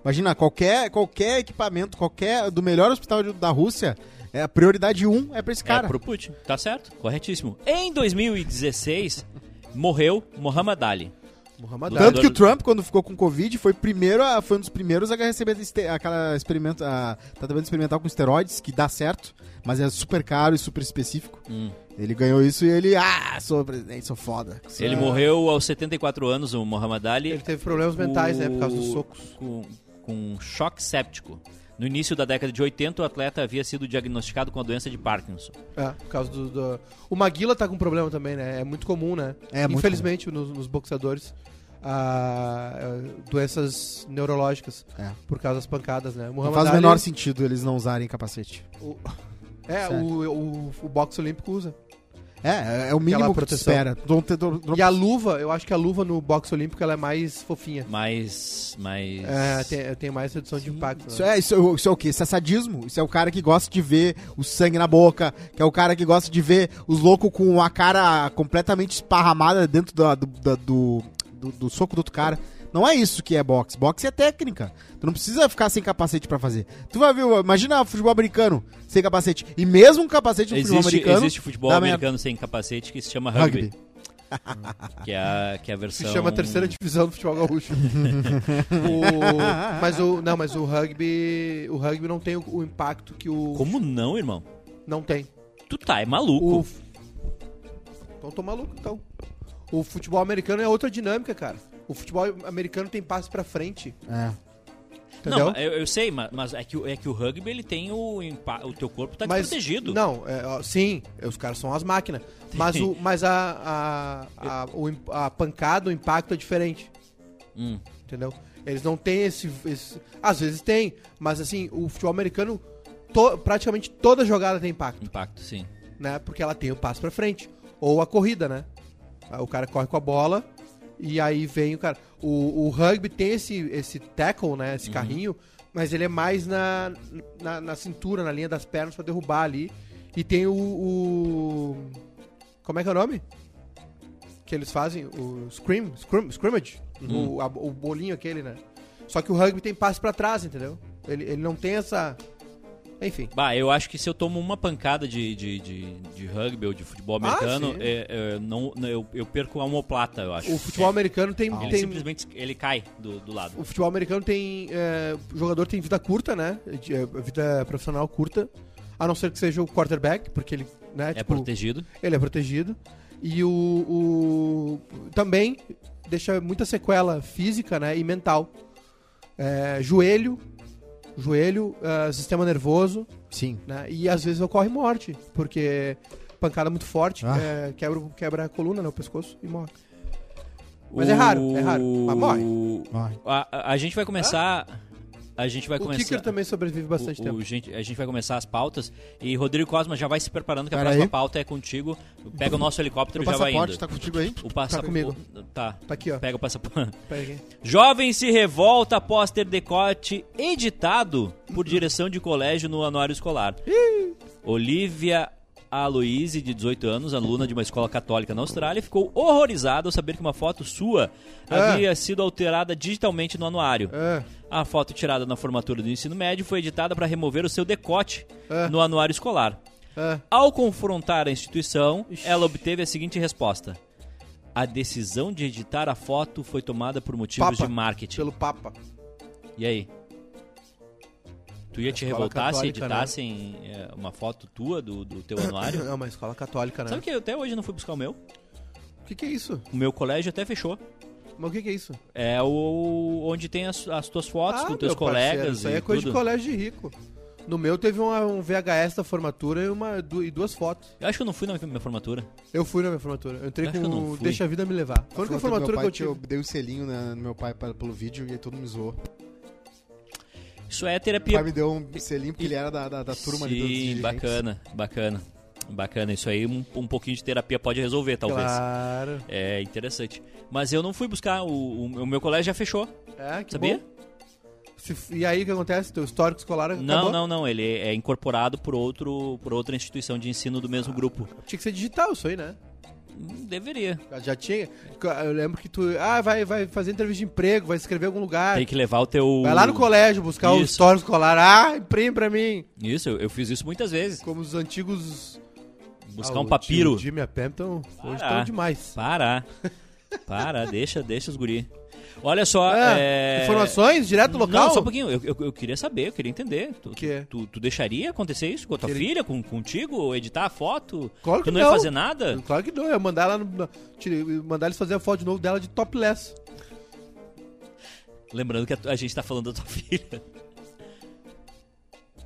B: Imagina, qualquer, qualquer equipamento, qualquer do melhor hospital de- da Rússia, é, a prioridade 1 é pra esse cara.
A: É pro Putin. Tá certo? Corretíssimo. Em 2016, morreu Muhammad Ali.
C: Muhammad
A: Do-
C: Ali.
B: Tanto que o Trump, quando ficou com Covid, foi, primeiro a- foi um dos primeiros a receber este- aquela experimento, a, tratamento experimental com esteroides, que dá certo, mas é super caro e super específico.
A: Hum.
B: Ele ganhou isso e ele, ah, sou presidente, sou foda.
C: Ah.
A: Ele morreu aos 74 anos, o Muhammad Ali.
C: Ele teve problemas mentais, né? Por causa dos
A: O-
C: socos.
A: com, com um choque séptico. No início da década de 80, o atleta havia sido diagnosticado com a doença de Parkinson.
C: É, por causa do, do- O Maguila tá com problema também, né? É muito comum, né?
B: É muito
C: Infelizmente, nos, nos boxeadores, ah, é, doenças neurológicas.
B: É.
C: Por causa das pancadas, né? O
B: Não
C: Muhammad
B: faz o
C: Ali-
B: menor sentido eles não usarem capacete.
C: O- É,
B: Sério.
C: o, o, o boxe olímpico usa.
B: É, é o mínimo que tu
C: proteção.
B: espera. Don't, don't, don't-
C: E a luva, eu acho que a luva no boxe olímpico ela é mais fofinha.
A: Mas. Mas.
C: É, tem, tem mais redução de impacto.
B: Isso
C: né?
B: é, isso, é- isso é o quê? Isso é sadismo? Isso é o cara que gosta de ver o sangue na boca, que é o cara que gosta de ver os loucos com a cara completamente esparramada dentro da- do, da- do, do, do soco do outro cara. Não é isso que é boxe. Boxe é técnica. Tu não precisa ficar sem capacete pra fazer. Tu vai ver, imagina o futebol americano sem capacete. E mesmo um capacete no futebol
A: Existe,
B: americano.
A: existe futebol
B: dá
A: americano sem capacete que se chama
B: merda.
A: rugby,
B: Rugby.
A: Que, é a, que é a versão.
C: Se chama terceira divisão do futebol gaúcho. O- mas o não, mas o rugby, o rugby não tem o, o impacto que o
A: Como não, irmão?
C: não tem.
A: Tu tá, é
C: O
A: maluco.
C: Então tô maluco então. O futebol americano é outra dinâmica, cara. O futebol americano tem passe pra frente,
B: É.
C: entendeu?
A: Não, eu, eu sei, ma- mas, é, que, o- é que o rugby ele tem o. impa- O teu corpo tá
C: Mas-
A: desprotegido.
C: Não, é, ó, sim, os caras são as máquinas. Mas, o, mas a, a, a, o im- a pancada, o impacto é diferente,
A: Hum.
C: entendeu? Eles não têm esse, esse- Às vezes tem, mas assim, o futebol americano, to- praticamente toda jogada tem impacto,
A: Impacto, sim.
C: né? Porque ela tem o passo pra frente. Ou a corrida, né? Aí O cara corre com a bola e aí vem o cara. O, o rugby tem esse, esse tackle, né? Esse carrinho, mas ele é mais na, na, na cintura, na linha das pernas pra derrubar ali. E tem o, o- Como é que é o nome? Que eles fazem? O scrim, scrim scrimmage. O, a- o bolinho aquele, né? Só que o rugby tem passe pra trás, entendeu? Ele, ele não tem essa. Enfim.
A: Bah, eu acho que se eu tomo uma pancada de, de, de, de rugby ou de futebol
C: Ah,
A: americano,
C: sim.
A: é- é, não, não- eu, eu perco a homoplata, eu acho. É,
C: O futebol americano tem.
A: Ah. Ele
C: tem
A: simplesmente ele cai do, do lado.
C: O futebol americano tem. é, o jogador tem vida curta, né? De- é, vida profissional curta. A não ser que seja o quarterback, porque ele. Né,
A: É
C: tipo,
A: protegido.
C: Ele é protegido. E o, o- Também deixa muita sequela física né, e mental. É, joelho. Joelho, é, sistema nervoso,
B: Sim.
C: né? E às vezes ocorre morte, porque pancada muito forte,
B: Ah.
C: é, quebra, o- quebra a coluna, né, o pescoço e morre. Mas é raro, é raro. Mas morre.
B: Morre.
A: A, a- a gente vai começar. A gente vai
C: o
A: começar.
C: kicker também sobrevive bastante
A: o- o
C: tempo.
A: gente- a gente vai começar as pautas. E Rodrigo Cosma já vai se preparando, que a
B: Pera
A: próxima
B: aí.
A: pauta é contigo. Pega o nosso helicóptero
B: O
A: e já vai
B: passaporte
A: indo.
B: tá contigo aí?
A: O passa-
C: tá comigo.
A: o- tá.
C: Tá aqui, ó.
A: Pega o passaporte. [laughs]
C: Pera aí.
A: Jovem se revolta após ter decote editado por direção de colégio no anuário escolar. Olivia Aloise, de 18 anos, aluna de uma escola católica na Austrália, ficou horrorizada ao saber que uma foto sua
C: Ah.
A: havia sido alterada digitalmente no anuário.
C: É.
A: A foto tirada na formatura do ensino médio foi editada para remover o seu decote
C: Ah.
A: no anuário escolar.
C: Ah,
A: Ao confrontar a instituição, ela obteve a seguinte resposta: A decisão de editar a foto foi tomada por motivos
C: Papa.
A: de marketing.
C: Pelo Papa. [clears throat]
A: E aí? Tu ia te
C: É escola
A: revoltar se
C: católica, né?
A: editassem é, uma foto tua do, do teu
C: [laughs]
A: anuário?
C: É uma escola católica, né?
A: Sabe que eu até hoje não fui buscar o meu?
C: O que, que é isso?
A: O meu colégio até fechou.
C: Mas o que, que é isso?
A: É o onde tem as, as tuas fotos com teus
C: Ah, meu parceiro,
A: colegas
C: Isso aí
A: e
C: é coisa
A: tudo.
C: de colégio de rico. No meu teve uma- um VHS da formatura e, uma, du- e duas fotos.
A: Eu acho que eu não fui na minha formatura.
C: Eu fui na minha formatura. Eu entrei
A: Acho que eu
C: com
A: não
C: o
A: fui.
C: Deixa a Vida Me Levar. Foi a única formatura que eu tive.
B: Eu dei um selinho na- no meu pai pra- pelo vídeo e aí todo mundo me zoou.
A: Isso é
B: O pai
A: terapia.
B: me deu um selinho porque ele era da, da, da turma ali dos
A: Sim,
B: dirigentes.
A: bacana, bacana. Bacana, isso aí um, um pouquinho de terapia pode resolver, talvez.
C: Claro.
A: É interessante. Mas eu não fui buscar, o, o- o meu colégio já fechou,
C: É, que
A: sabia?
C: bom. Se- e aí o que acontece? Teu histórico escolar acabou?
A: Não, não, não. Ele é incorporado por, outro, por outra instituição de ensino do mesmo grupo.
C: Tinha que ser digital isso aí, né?
A: Hum, Deveria.
C: Já tinha. Eu lembro que tu. Ah, vai, vai fazer entrevista de emprego, vai escrever em algum lugar.
A: Tem que levar o teu.
C: Ah. Vai lá no colégio buscar o
A: Isso.
C: histórico escolar. Ah, imprime pra mim.
A: Isso, eu, eu fiz isso muitas vezes.
C: Como os antigos.
A: Buscar
C: Ah,
A: um
C: o
A: papiro. Ah.
C: tio Jimmy e a Pam tão, hoje
A: Para.
C: estão demais.
A: Para. Para, [laughs] deixa, deixa os guri. Olha só.
C: Ah,
A: é,
C: Informações direto do local? é-
A: Não, só um pouquinho. Eu, eu, eu queria saber, eu queria entender. Tu,
C: Quê?
A: tu, tu deixaria acontecer isso com a tua
C: Queria-
A: filha, com, contigo, editar a foto?
C: Claro
A: tu
C: que
A: não, ia
C: não.
A: fazer nada?
C: Claro que não, eu ia mandar lá no, na- tire- mandar eles fazer a foto de novo dela de topless.
A: Lembrando que a, tu- a gente tá falando da tua [laughs] filha.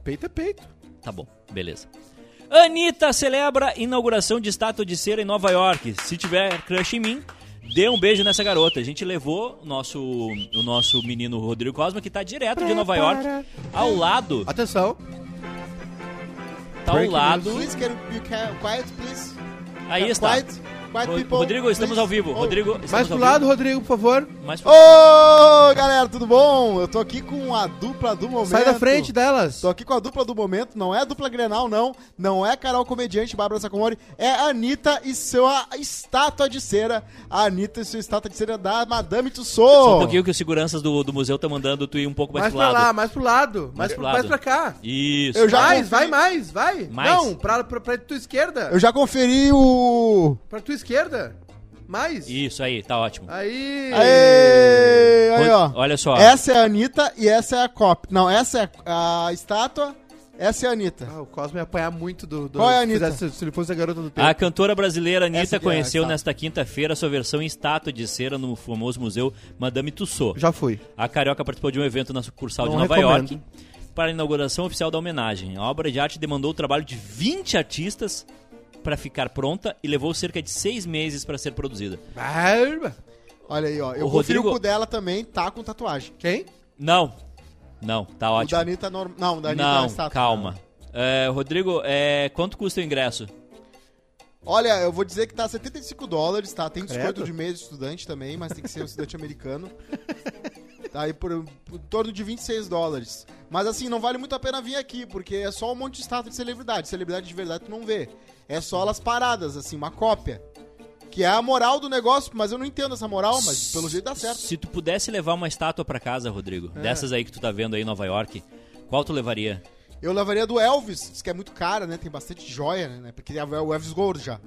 C: Peito é peito.
A: Tá bom, beleza. Anitta celebra inauguração de estátua de cera em Nova York. Se tiver crush em mim, dê um beijo nessa garota. A gente levou o nosso, o nosso menino Rodrigo Cosma, que tá direto de Nova York,
C: Prepara.
A: ao lado,
C: Atenção.
A: tá ao
C: breaking
A: lado.
B: Please, can you, you can, quiet, please. Uh,
A: Aí está.
B: Quiet, quiet
A: Ro-
B: people,
A: Rodrigo, estamos
B: please.
A: ao vivo.
B: Oh.
A: Rodrigo, estamos
C: Mais pro
A: ao
C: lado,
A: vivo.
C: Rodrigo, por favor.
A: Mais pro-
B: Ô, galera, tudo bom? Eu tô aqui com a dupla do momento.
C: Sai da frente delas.
B: Tô aqui com a dupla do momento, não é a dupla Grenal, não. Não é Carol Comediante, Bárbara Sacomori. É a Anitta e sua estátua de cera. A Anitta e sua estátua de cera da Madame Tussauds.
A: Só um pouquinho que os seguranças do, do museu tá mandando tu ir um pouco mais,
C: Mais
A: pro
C: pra
A: lado.
C: lá, mais pro lado. Mais,
A: Mais
C: pro-
A: pro lado.
C: mais pra cá.
A: Isso.
B: Eu já-
C: mais, vai mais, vai.
A: Mais.
C: Não, pra, pra, pra tua esquerda.
B: Eu já conferi o...
C: Pra tua esquerda. Mais.
A: Isso aí, tá ótimo.
C: Aí.
B: Aê! Aí, ó.
A: Olha só.
B: Essa é a Anitta e essa é a Cop. Não, essa é a estátua, essa é a Anitta.
C: Ah, o Cosmo ia apanhar muito do... do
B: Qual é a
C: se
B: Anitta?
C: fizesse- Se ele fosse a garota do
A: A
C: tempo.
A: cantora brasileira
B: Essa
A: Anitta
B: aqui é a
A: conheceu
B: estátua.
A: nesta quinta-feira sua versão em estátua de cera no famoso museu Madame Tussauds.
C: Já fui.
A: A carioca participou de um evento na sucursal de
C: Não
A: Nova
C: recomendo.
A: York para a inauguração oficial da homenagem. A obra de arte demandou o trabalho de 20 artistas para ficar pronta e levou cerca de seis meses para ser produzida.
C: Barba.
B: Olha aí, ó. Eu
A: O
B: conferi
A: Rodrigo-
B: o cu dela também, tá com tatuagem.
C: Quem?
A: Não, não, tá
B: O da
A: ótimo.
B: Anitta normal. Não, o da Anitta é a
A: Não,
B: estátua.
A: calma. É, Rodrigo, é, quanto custa o ingresso?
B: Olha, eu vou dizer que tá 75 dólares, tá? Tem desconto
C: Credo.
B: de mês de estudante também, mas tem que ser um estudante americano. Tá aí por, por em torno de 26 dólares. Mas assim, não vale muito a pena vir aqui, porque é só um monte de estátua de celebridade. Celebridade de verdade tu não vê. É só elas paradas, assim, uma cópia. Que é a moral do negócio, mas eu não entendo essa moral, mas pelo jeito dá certo. É.
A: Se tu pudesse levar uma estátua para casa, Rodrigo, dessas aí que tu tá vendo aí em Nova York, qual tu levaria?
B: Eu levaria do Elvis, diz que é muito cara, né? Tem bastante joia, né? Porque é o Elvis gordo já.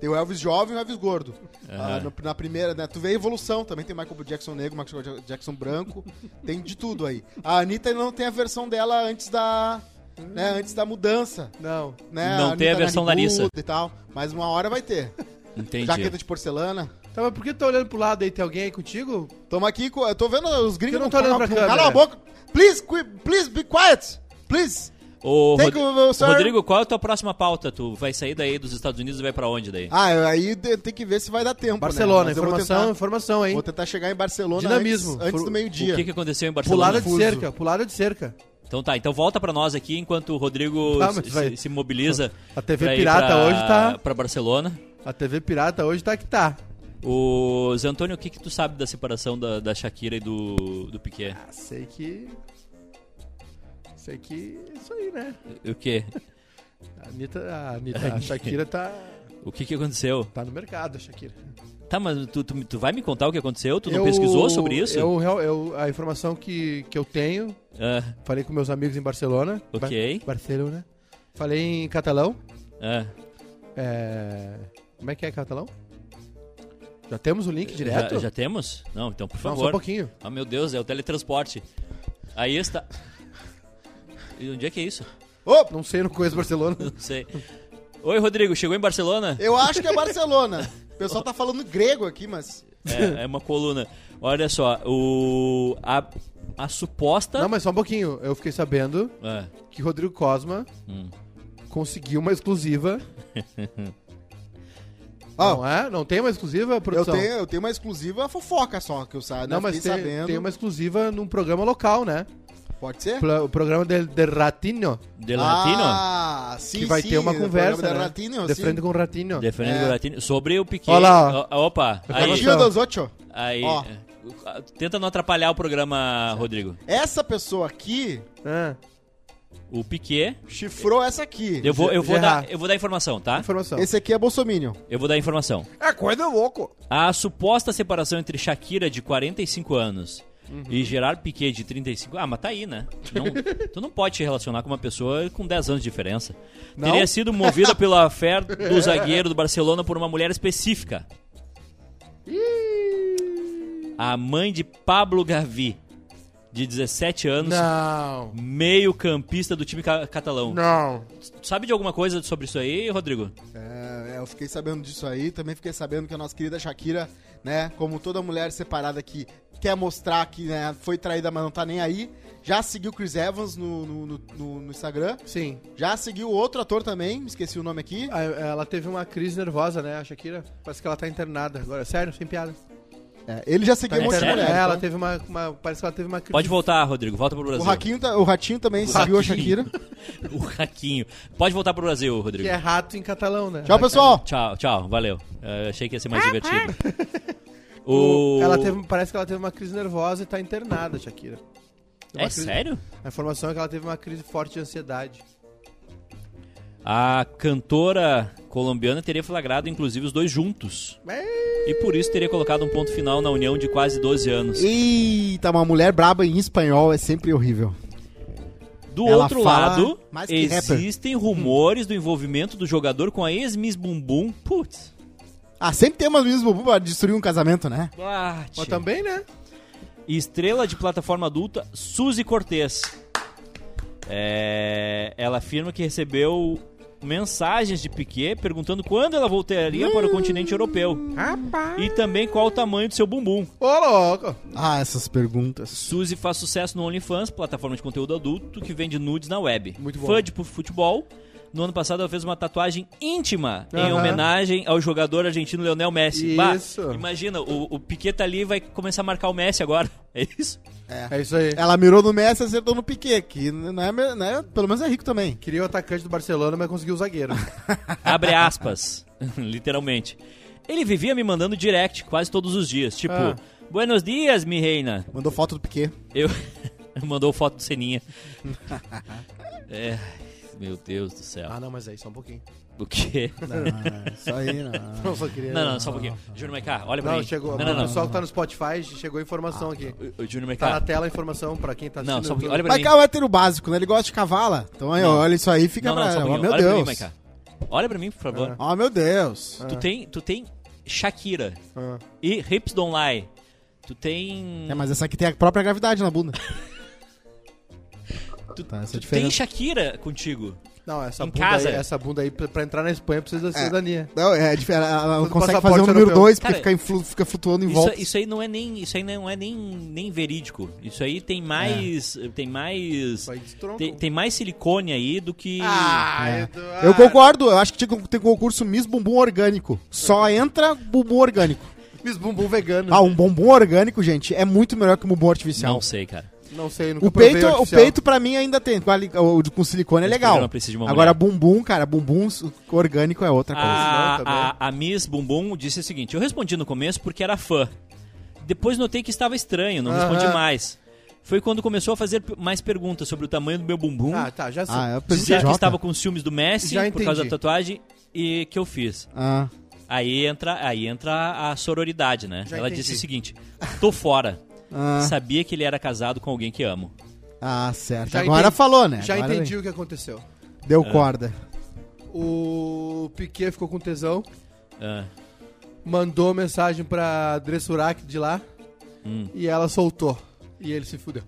B: Tem o Elvis jovem e o Elvis gordo. Ah, no- na primeira, né? Tu vê a evolução também. Tem Michael Jackson negro, Michael Jackson branco. tem de tudo aí. A Anitta não tem a versão dela antes da... Né, antes da mudança,
C: Não.
B: né?
A: Não tem a
B: Anitta
A: versão Larissa.
B: nariguda E tal, mas uma hora vai ter.
A: Entendi.
B: Jaqueta de porcelana.
C: Tá, mas por que tu tá olhando pro lado aí? Tem alguém aí contigo?
B: Tamo aqui com... Eu tô vendo os gringos...
C: Eu não tô olhando pra
B: Cala
C: câmera.
B: a boca! Please, qui- please, be quiet! Please!
A: Ô,
B: Thank
A: Rod-
B: you, sir.
A: Rodrigo, qual é a tua próxima pauta? Tu vai sair daí dos Estados Unidos e vai pra onde daí?
B: Ah, eu- aí de- tem que ver se vai dar tempo. né?
C: Barcelona,
B: Mas eu vou
C: informação,
B: tentar-
C: informação, hein?
B: Vou tentar chegar em Barcelona
C: Dinamismo.
B: antes, antes
C: Pro-
B: do
A: O que,
B: meio-dia.
A: que aconteceu em
C: Pulada
A: Barcelona?
C: de
B: Fuso.
C: cerca, pulada de cerca.
A: Então tá, então volta pra nós aqui enquanto o Rodrigo
B: Ah,
C: Tá,
A: se-
C: mas vai-
A: se, se mobiliza.
C: A TV
A: pra ir
C: pirata
A: pra-
C: hoje tá-
A: Pra Barcelona.
C: A TV pirata hoje tá que tá.
A: O Zé Antônio, o que, que tu sabe da separação da, da Shakira e do, do Piquet?
C: Ah, sei que. Sei que. é Isso aí, né?
A: O quê?
C: A Anitta, a,
A: [laughs]
C: Anitta, a Shakira tá,
A: O que, que aconteceu?
C: tá no mercado, a Shakira.
A: Tá, mas tu, tu, tu vai me contar o que aconteceu? Tu não
C: Eu-
A: pesquisou sobre isso?
C: Eu, real- eu- a informação que, que eu tenho,
A: Ah,
C: falei com meus amigos em Barcelona.
A: Ok.
C: Bar- Barcelona. Falei em catalão.
A: ah.
C: É... Como é que é catalão? Já temos o link direto?
A: Já, já temos? Não, então por
C: Não,
A: favor.
C: só um pouquinho.
A: Ah, meu Deus, é o teletransporte. Aí está. E onde é que é isso? [laughs]
C: Opa, não sei, não conheço Barcelona.
A: Não sei. Oi, Rodrigo, chegou em Barcelona?
B: Eu acho que é Barcelona. O pessoal tá falando grego aqui, mas.
A: É, é uma coluna. Olha só, o. A, a suposta.
C: Não, mas só um pouquinho. Eu fiquei sabendo
A: É.
C: que Rodrigo Cosma
A: Hum.
C: conseguiu
A: [laughs]
C: uma exclusiva.
B: Ó,
C: Não é? Não tem uma exclusiva,
B: eu
C: produção?
B: tenho, eu tenho uma exclusiva fofoca só que eu saio.
C: Não, mas tem, tem uma exclusiva num programa local, né?
B: Pode ser?
C: Pla- O programa de, de Ratinho,
A: De Latino?
B: Ah, sim,
C: que vai
B: sim,
C: ter uma
B: o
C: conversa,
B: programa
C: né?
B: da Ratinho,
C: de
B: sim.
C: frente com o Ratinho.
A: De Fernando
B: É.
A: Latino. Sobre o Piquet.
C: Olha lá,
A: O- Opa,
C: tava
A: aí.
C: achando.
B: Dia dos ocho.
A: aí
B: Ó.
A: é, Tenta não atrapalhar o programa, Rodrigo.
B: Essa pessoa aqui
C: Ah,
A: O Piquet.
B: chifrou essa aqui.
A: Eu vou, eu vou, dar,
C: Gerard.
A: eu vou dar informação, tá?
C: informação.
B: Esse aqui é Bolsominion.
A: Eu vou dar informação.
C: É coisa louco.
A: A suposta separação entre Shakira, de 45 anos, e Gerard Piquet, de 35... Ah, mas tá aí, né? Tu não,
C: [laughs]
A: tu não pode te relacionar com uma pessoa com 10 anos de diferença.
C: Não?
A: Teria sido
C: [laughs]
A: movida pela fé do zagueiro do Barcelona por uma mulher específica. A mãe de Pablo Gavi, de 17 anos,
C: Não.
A: meio campista do time ca- catalão.
C: Não.
A: Tu Sabe de alguma coisa sobre isso aí, Rodrigo?
B: É, eu fiquei sabendo disso aí, também fiquei sabendo que a nossa querida Shakira, né, como toda mulher separada que quer mostrar que né, foi traída, mas não tá nem aí, já seguiu Chris Evans no, no, no- no- no Instagram,
C: Sim.
B: já seguiu outro ator também, me esqueci o nome aqui.
C: Ah, Ela teve uma crise nervosa, né, a Shakira? Parece que ela tá internada agora. Sério, sem piada.
B: É, ele já seguiu um monte de
A: sério?
B: mulher.
C: É, ela
B: então.
C: teve uma, uma- Parece que ela teve uma crise.
A: Pode voltar, Rodrigo. Volta pro
B: o,
A: Brasil.
B: Raquinho, ta- o Ratinho também seguiu a
C: Ratinho.
B: Shakira.
A: O Raquinho. Pode voltar pro Brasil,
C: Que
A: Rodrigo.
C: é rato em catalão, né?
B: Tchau,
C: Ela-
B: pessoal!
A: Tchau, tchau, valeu. Eu achei que ia ser mais divertido.
C: O-
A: O...
C: Ela teve, parece que ela teve uma crise nervosa e tá internada, Shakira. Uma
A: É
C: crise-
A: sério?
C: A informação é que ela teve uma crise forte de ansiedade.
A: A cantora colombiana teria flagrado, inclusive, os dois juntos. E por isso teria colocado um ponto final na união de quase 12 anos.
B: Eita, uma mulher braba em espanhol é sempre horrível.
A: Do
B: Ela
A: outro
B: fala
A: lado,
B: mais que rapper.
A: existem rumores do envolvimento do jogador com a ex-Miss Bumbum. Putz.
B: Ah, sempre tem umas meninas bobo pra destruir um casamento, né?
A: bate.
C: Mas também, né?
A: Estrela de plataforma adulta, Suzy Cortez. É, ela afirma que recebeu mensagens de Piquet perguntando quando ela voltaria para o continente europeu
C: Rapaz.
A: e também qual o tamanho do seu bumbum.
C: Ô, louco.
B: Ah, essas perguntas.
A: Suzy faz sucesso no OnlyFans, plataforma de conteúdo adulto que vende nudes na web.
C: Muito bom.
A: Fã de pu- futebol. No ano passado ela fez uma tatuagem íntima em
C: Aham.
A: homenagem ao jogador argentino Leonel Messi.
C: Isso.
A: imagina, o, o Piquet tá ali e vai começar a marcar o Messi agora. [laughs] É isso?
C: É isso aí.
B: Ela mirou no Messi e acertou no Piquet, que não é, me- não é- pelo menos é rico também.
C: Queria o atacante do Barcelona, mas conseguiu o zagueiro.
A: Abre aspas. [laughs] Literalmente. Ele vivia me mandando direct quase todos os dias. Tipo,
C: Ah.
A: Buenos dias, mi reina.
B: Mandou foto
A: [laughs]
B: do Piquet.
A: Eu. Mandou foto do
C: [laughs]
A: Seninha. É, Meu Deus do céu.
C: ah, não, mas aí, só um [laughs] pouquinho.
A: O quê?
B: Não, isso aí não.
C: Não, só queria...
A: é, Não, não, só um pouquinho. Júnior Maiká, olha pra
C: Não,
A: mim.
C: chegou.
A: Não, não,
C: O
A: não.
C: pessoal que tá no Spotify, chegou a informação aqui.
A: O- o Júnior
C: Tá na
A: Maiká.
C: tela a informação pra quem tá
A: Não, só um
C: assistindo.
A: pouquinho. Olha pra
B: [laughs] Mas
A: mim.
B: cá é o hétero básico, né? Ele gosta de cavala. Então aí,
A: Não.
B: olha isso aí, fica
A: Não, não,
B: pra...
A: só um
B: ó,
A: pouquinho.
B: meu
A: Olha pra mim,
B: Deus.
A: Maiká. Olha pra mim, por favor.
B: Ó, meu Deus.
A: Tu tem. Tu tem Shakira
C: Ah.
A: e Hips Don't Lie. Tu tem.
B: É, mas essa aqui tem a própria gravidade na bunda.
A: [laughs] Tu,
B: Tá, essa é
A: tu tem
B: diferente.
A: Shakira contigo.
C: Não, essa
A: Em
C: bunda
A: casa.
C: aí, essa bunda aí pra, pra entrar na Espanha precisa da cidadania.
B: Não, é diferente. Ela ela não
C: Todo
B: consegue fazer
C: passaporte
B: o número
C: europeu.
B: 2 porque
A: Cara,
B: fica, em flu- fica flutuando em
A: Isso,
B: volta.
A: isso aí não é nem isso aí não é nem, nem verídico. Isso aí tem mais tem mais
C: Vai destronco.
A: tem, tem mais silicone aí do que
C: Ah,
B: É.
C: Eduardo.
B: Eu concordo, eu acho que tinha que ter um concurso Miss Bumbum Orgânico. Só entra bumbum orgânico.
C: Miss Bumbum vegano.
B: Ah, um bumbum orgânico, gente, é muito melhor que um bumbum artificial.
A: não sei, cara.
C: Não sei, nunca
B: O
C: provei
B: peito, o
C: artificial.
B: peito pra mim ainda tem. Com, ali- o de- com silicone é
A: Esse
B: legal.
A: programa precisa de uma
B: Agora,
A: mulher.
B: bumbum, cara, bumbum s- orgânico é outra coisa.
C: não, tá
A: A, a, a Miss Bumbum disse o seguinte: eu respondi no começo porque era fã. Depois notei que estava estranho, não
C: Aham.
A: respondi mais. Foi quando começou a fazer p- mais perguntas sobre o tamanho do meu bumbum,
C: Ah, tá, já sei.
B: Ah,
A: dizer
B: é pergunta
A: que
B: idiota.
A: estava com ciúmes do Messi
C: Já
A: por causa da
C: entendi.
A: tatuagem e que eu fiz.
B: Ah,
A: Aí entra, aí entra a sororidade, né?
C: Já
A: Ela
C: entendi.
A: disse o seguinte: tô
C: [laughs]
A: fora.
B: ah,
A: Sabia que ele era casado com alguém que amo.
B: ah, certo.
C: Já
B: Agora
C: entendi.
B: falou, né?
C: já
B: Agora
C: entendi o que aconteceu.
B: É. Deu corda.
C: O Piquet ficou com tesão
A: Ah,
C: mandou mensagem pra Dressurak de lá
A: Hum.
C: e ela soltou. E ele se fudeu.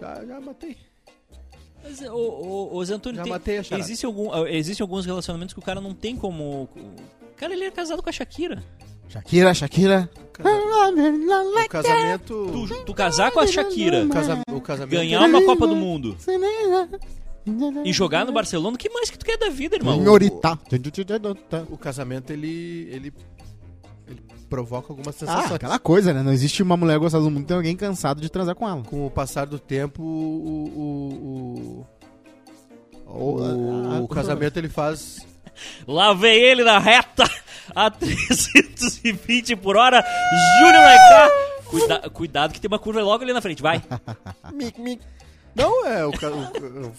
C: Já, já matei.
A: Mas, ô, ô, ô, Zé Antônio,
C: Já
A: tem-
C: matei a charada.
A: existe algum, ah, existem alguns relacionamentos que o cara não tem como... o Cara, ele era casado com a Shakira.
B: Shakira, Shakira.
C: O casamento.
A: Tu, tu casar com a Shakira,
C: o casa- o casamento.
A: ganhar uma Copa do Mundo e jogar no Barcelona, o que mais que tu quer da vida, irmão?
B: Senhorita.
C: O casamento ele. ele. ele provoca algumas sensações.
B: Ah, aquela coisa, né? Não existe uma mulher gostosa do mundo tem alguém cansado de transar com ela.
C: Com o passar do tempo, o. o, o,
B: Ah,
C: o, o
B: ah,
C: casamento ele faz.
A: Lá vem ele na reta a [laughs] 320 por hora. Júnior Maiká. Cuida- cuidado que tem uma curva logo ali na frente, vai.
C: Não, é. O, ca- o- o-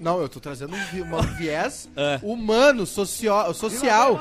C: não, eu tô trazendo um, vi- uma viés
A: É.
C: humano, socio, social.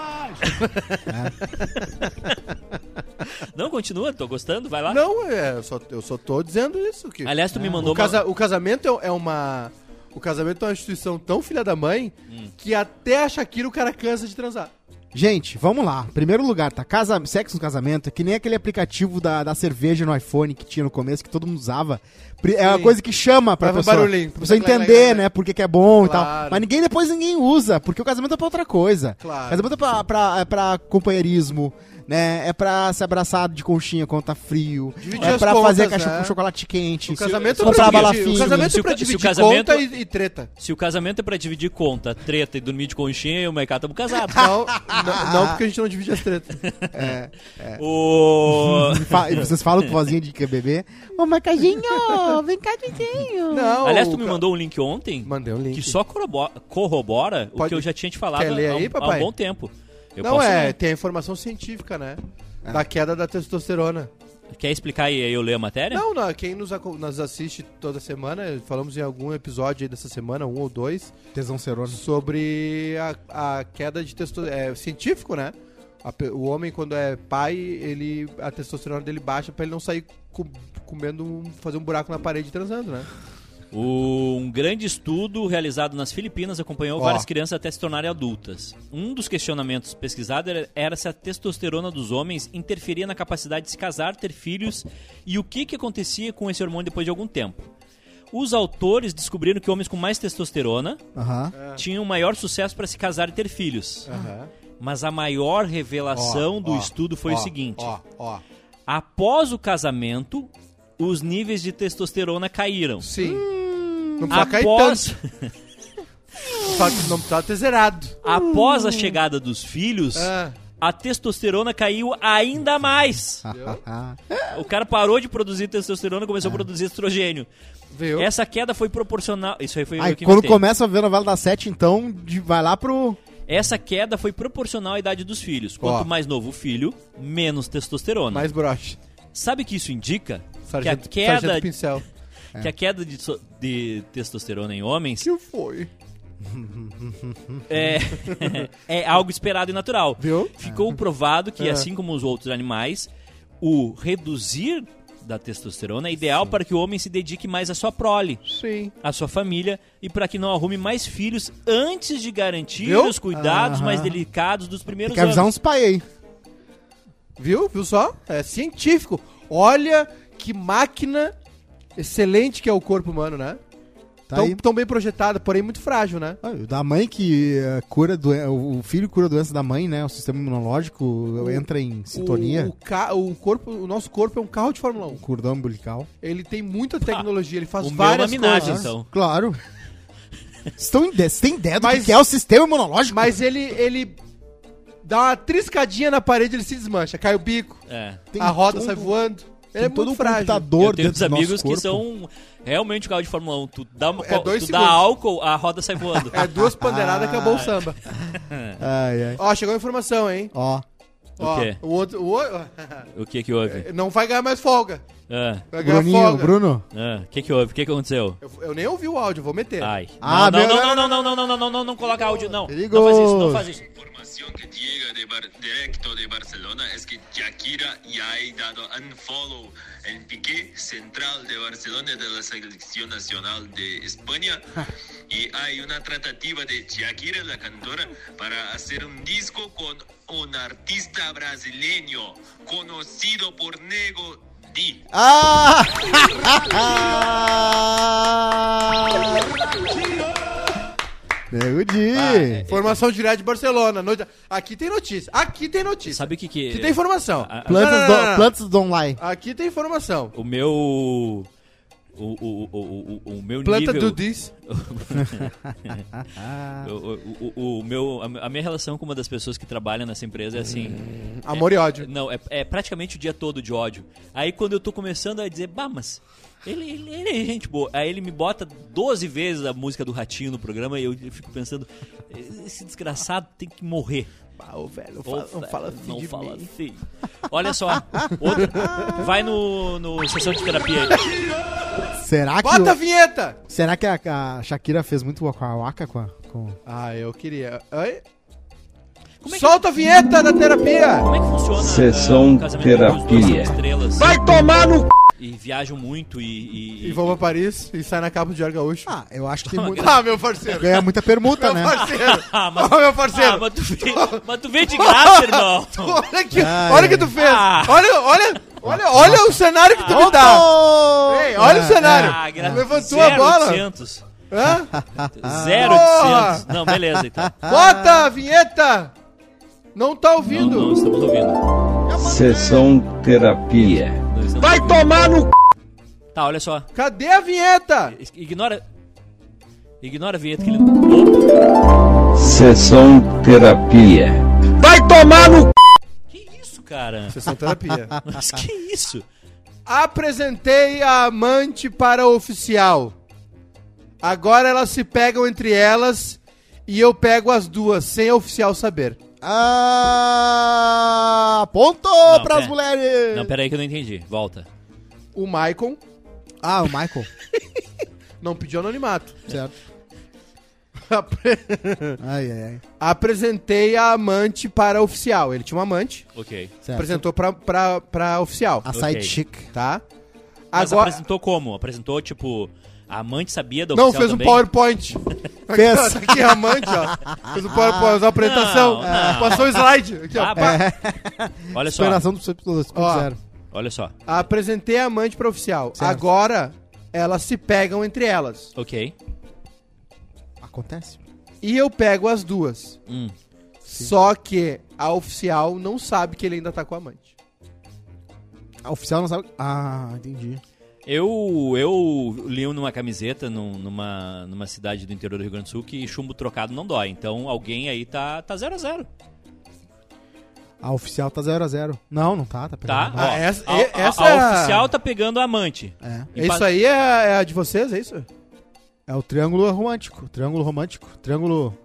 A: Não, continua, tô gostando, vai lá.
C: Não, é, eu, só, eu só tô dizendo isso. Que
A: Ah. Aliás, tu me mandou
C: o, casa- o casamento é- é, uma. O casamento é uma instituição tão filha da mãe
A: Hum.
C: que até a Shakira o cara cansa de transar.
B: Gente, vamos lá. Primeiro lugar, tá? Casa... Sexo no casamento é que nem aquele aplicativo da, da cerveja no iPhone que tinha no começo, que todo mundo usava. Pri- É uma
C: Sim.
B: coisa que chama pra
C: Tava
B: pessoa.
C: barulhinho.
B: Pra pessoa
C: Clac, clac,
B: entender,
C: clac.
B: né? Por que, que é bom e tal.
C: Claro.
B: Mas ninguém depois ninguém usa, porque o casamento é pra outra coisa.
C: Claro.
B: Casamento é pra, pra, é pra companheirismo, né? É pra se abraçar de conchinha quando tá frio.
C: Dividir
B: é
C: as
B: pra fazer
C: contas,
B: cacho-
C: né?
B: chocolate quente.
C: O casamento é
B: comprar
C: pra
B: bala
C: dividir, o
B: fina.
C: casamento
A: Se
C: é
A: o
C: pra
A: ca- se o
C: dividir
A: casamento-
C: conta e, e treta.
A: [laughs] Se o casamento é pra dividir conta, treta e dormir de conchinha, eu e o Maiká estamos casados.
C: Não, não, não, porque a gente não divide as tretas. É.
A: O...
B: E fa- e vocês [laughs] falam com vozinha de é bebê. Ô, Macajinho, vem cá, vizinho.
C: [laughs] Não,
A: Aliás, tu
C: o
A: me
C: ca-
A: mandou um link ontem
C: Mandei um link.
A: que só corrobora, corrobora o
C: Pode-
A: que eu já tinha te falado
C: Quer ler
A: há, um-
C: aí, papai?
A: há um bom tempo. Eu
C: não
A: posso É.
C: é,
A: ler.
C: tem a informação científica, né? Da queda da testosterona.
A: Quer explicar aí aí eu ler a matéria?
C: Não, não, quem nos, aco- nos assiste toda semana, falamos em algum episódio aí dessa semana, um ou dois,
B: Tesão serona.
C: sobre a, a queda de testosterona. É científico, né? A pe- o homem, quando é pai, ele a testosterona dele baixa pra ele não sair co- comendo, um- fazer um buraco na parede e transando, né?
A: O- Um grande estudo realizado nas Filipinas acompanhou
C: Ó.
A: várias crianças até se tornarem adultas. Um dos questionamentos pesquisados era, era se a testosterona dos homens interferia na capacidade de se casar, ter filhos e o que, que acontecia com esse hormônio depois de algum tempo. Os autores descobriram que homens com mais testosterona
B: Aham.
C: É,
A: tinham maior sucesso para se casar e ter filhos.
C: Aham.
A: Mas a maior revelação do
C: É. ó,
A: estudo foi
C: Ó,
A: o seguinte:
C: Ó, ó.
A: após o casamento, os níveis de testosterona caíram.
C: Sim.
A: Hum,
C: Não precisa cair tanto.
A: Após,
C: Só que Não precisa ter zerado.
A: após a chegada dos filhos,
C: Ah.
A: a testosterona caiu ainda mais.
B: [laughs]
A: O cara parou de produzir testosterona e começou a produzir estrogênio.
C: Viu?
A: Essa queda foi proporcional. Isso aí foi
B: Aí
A: eu que
B: quando
A: inventei.
B: começa a ver a novela das sete, então, de- vai lá pro.
A: Essa queda foi proporcional à idade dos filhos. Quanto
C: Ó.
A: mais novo o filho, menos testosterona.
C: Mais broche.
A: Sabe que isso indica
C: Sargento,
A: que a queda
C: Sargento pincel.
A: que a queda de, so- de testosterona em homens
C: Que foi?
A: é, [laughs] é algo esperado e natural.
C: Viu?
A: Ficou provado que,
C: É.
A: assim como os outros animais, o reduzir da testosterona é ideal para que o homem se dedique mais à sua prole,
C: Sim.
A: à sua família e para que não arrume mais filhos antes de garantir
C: Viu? Ah.
A: os cuidados
B: Aham.
A: mais delicados dos primeiros
B: Quer avisar
A: anos.
B: uns pai aí. Tá
C: Viu? Viu só? É científico. Olha que máquina excelente que é o corpo humano, né?
A: Então,
B: Tá
C: tão,
B: aí.
C: tão bem projetada, porém muito frágil, né?
B: Ah, o Da mãe que eh, cura doen- o filho cura a doença da mãe, né? O sistema imunológico entra em sintonia.
C: O, o, ca- o corpo, o nosso corpo é um carro de Fórmula 1.
B: O cordão umbilical.
C: Ele tem muita tecnologia, ele faz
A: Tá. O meu é uma
C: várias
A: minagem,
C: coisas.
A: então.
B: [laughs] Claro. Estão em, você tem ideia do
C: Mas-
B: que que é o sistema imunológico?
C: Mas ele, ele dá uma triscadinha na parede, ele se desmancha, cai o bico,
A: É.
B: Tem
C: a roda
B: todo- um-
C: sai voando. Ele
B: Tem
C: é
B: todo
C: muito
B: um
C: frágil.
B: computador
A: Eu tenho
B: dentro
A: uns
B: do nosso
A: amigos que
B: corpo.
A: são realmente o carro de Fórmula 1. Tu dá, uma-
C: É dois
A: tu dá
C: segundos.
A: álcool, a roda sai voando.
C: [laughs] É duas pandeiradas acabou o [laughs] samba.
B: Ai, ai.
C: Ó, chegou a informação, hein?
B: Ó.
A: O
C: Ó,
A: quê?
C: o outro. O outro [laughs]
A: O que que houve?
C: não vai ganhar mais folga.
A: Ah,
C: Vai ganhar
B: Bruninho,
C: folga.
B: Bruno.
A: ah, O que que houve? O que que aconteceu?
C: Eu, eu nem ouvi o áudio, vou meter.
A: Ai.
B: Ah,
A: não,
B: meu-
A: não, não, não, não, não, não, não, não, não, não coloca áudio, não. Não faz isso,
B: Perigoso.
A: não faz isso.
D: información que llega de Bar- directo de Barcelona es que Shakira ya ha dado unfollow en Piqué, central de Barcelona de la selección nacional de España. y hay una tratativa de Shakira, la cantora, para hacer un disco con un artista brasileño conocido por Nego Di.
B: Ah! Nego Di.
A: Ah, é.
C: Informação direta de Barcelona. Noite... Aqui tem notícia. Aqui tem notícia.
A: Sabe o que que...
C: Aqui tem informação.
A: A- a-
B: Plantas,
C: Não, não, não,
B: do,
C: não.
B: plantas don't lie.
C: Aqui tem informação.
A: O meu... O, o, o, o, o- o meu
C: Planta
A: nível... [laughs]
C: do Dis.
A: O, o- o- o meu, a minha relação com uma das pessoas que trabalha nessa empresa é assim...
C: Amor e ódio.
A: Não, é, é praticamente o dia todo de ódio. Aí quando eu tô começando a dizer, bah, mas ele, ele, ele é gente boa. Aí ele me bota 12 vezes a música do Ratinho no programa e eu fico pensando, esse desgraçado tem que morrer.
C: Ah, ô,
A: Ou-
C: velho, fala- não fala assim
A: não
C: de
A: fala
C: mim.
A: assim. Olha só, outra- vai no, no sessão de terapia aí.
B: Será que, o-
C: Bota a vinheta!
B: será que a, a Shakira fez muito com a Waka? Com a, com-
C: Ah, eu queria. Oi?
A: Como é que-
C: Solta a vinheta da terapia!
A: Como é que funciona
F: Sessão
A: ah, o casamento dos dois
F: terapia.
A: sem estrelas?
F: Vai tomar no
A: E viajam muito e... e-
C: E vão pra Paris e sai na capa do Diário Gaúcho.
B: Ah, eu acho que tem muito-
C: [laughs] Ah, meu parceiro!
B: ganha muita permuta,
C: Meu
B: né?
C: parceiro!
A: Ah, mas,
C: Ó, meu parceiro.
A: Ah, mas, tu vê, mas tu vê de
C: [laughs]
A: graça, irmão.
C: Olha que,
B: Ai,
C: olha
B: ai.
C: que tu fez!
A: Ah.
C: Olha, olha, olha, olha o cenário que tu me dá! Ei, olha o
B: É,
C: cenário!
A: Ah, gra-
C: Levantou a bola. Ah.
A: 0,800.
C: Hã?
A: 0,800. Não, beleza, então.
C: Bota a vinheta! Não tá
A: Não, não
C: ouvindo!
A: estamos ouvindo.
F: Sessão terapia.
A: Não estamos
F: Vai
A: ouvindo.
F: tomar no
A: Tá, olha só.
C: Cadê a vinheta?
A: Es- Ignora... Ignora a vinheta que ele... Opa,
F: Sessão terapia. Vai tomar no
A: que isso, cara? [laughs]
C: Sessão terapia.
A: Mas que isso?
C: Apresentei a amante para o oficial. Agora elas se pegam entre elas e eu pego as duas, sem a oficial saber.
B: Ah, ponto
A: Não,
B: pras
A: pera-
B: mulheres!
A: Não, peraí que eu não entendi. Volta.
C: O Maicon
B: Ah, o Michael,
C: não
A: [laughs]
C: pediu anonimato.
B: certo. Ai, ai, ai.
C: Apresentei a amante para a oficial. Ele tinha uma amante,
A: Ok.
B: Certo.
C: apresentou pra, pra, pra oficial,
B: A side
A: Ok.
B: chic.
C: tá?
A: Mas
C: Agora...
A: apresentou como? Apresentou, tipo... A amante sabia da
C: Não,
A: oficial
C: fez
A: também? [laughs]
C: um PowerPoint.
B: Fez.
C: Tá aqui a amante, ó. Fez um PowerPoint, uma apresentação.
A: Não, não.
C: Passou o slide. Aqui, ó.
A: Ah,
C: Pá.
A: [laughs] Olha só.
B: Superação do 2.0.
A: Olha só.
C: Apresentei a amante para oficial.
B: Certo.
C: Agora elas se pegam entre elas.
A: Ok.
B: Acontece.
C: E eu pego as duas.
A: Hum.
C: Só que a oficial não sabe que ele ainda tá com a amante.
B: A oficial não sabe. Ah, entendi.
A: Eu, eu li numa camiseta num- numa, numa cidade do interior do Rio Grande do Sul que chumbo trocado não dói. Então alguém aí tá 0x0. Tá zero a zero.
B: A oficial tá 0x0. Não, não tá, tá
A: Tá?
B: pegando.
A: Ó,
C: Ah, essa-
A: a, a-
C: essa-
A: a oficial tá pegando a amante.
B: É.
A: E
C: isso
A: pa-
C: aí é, é a de vocês, é isso?
B: É o triângulo romântico. Triângulo romântico. Triângulo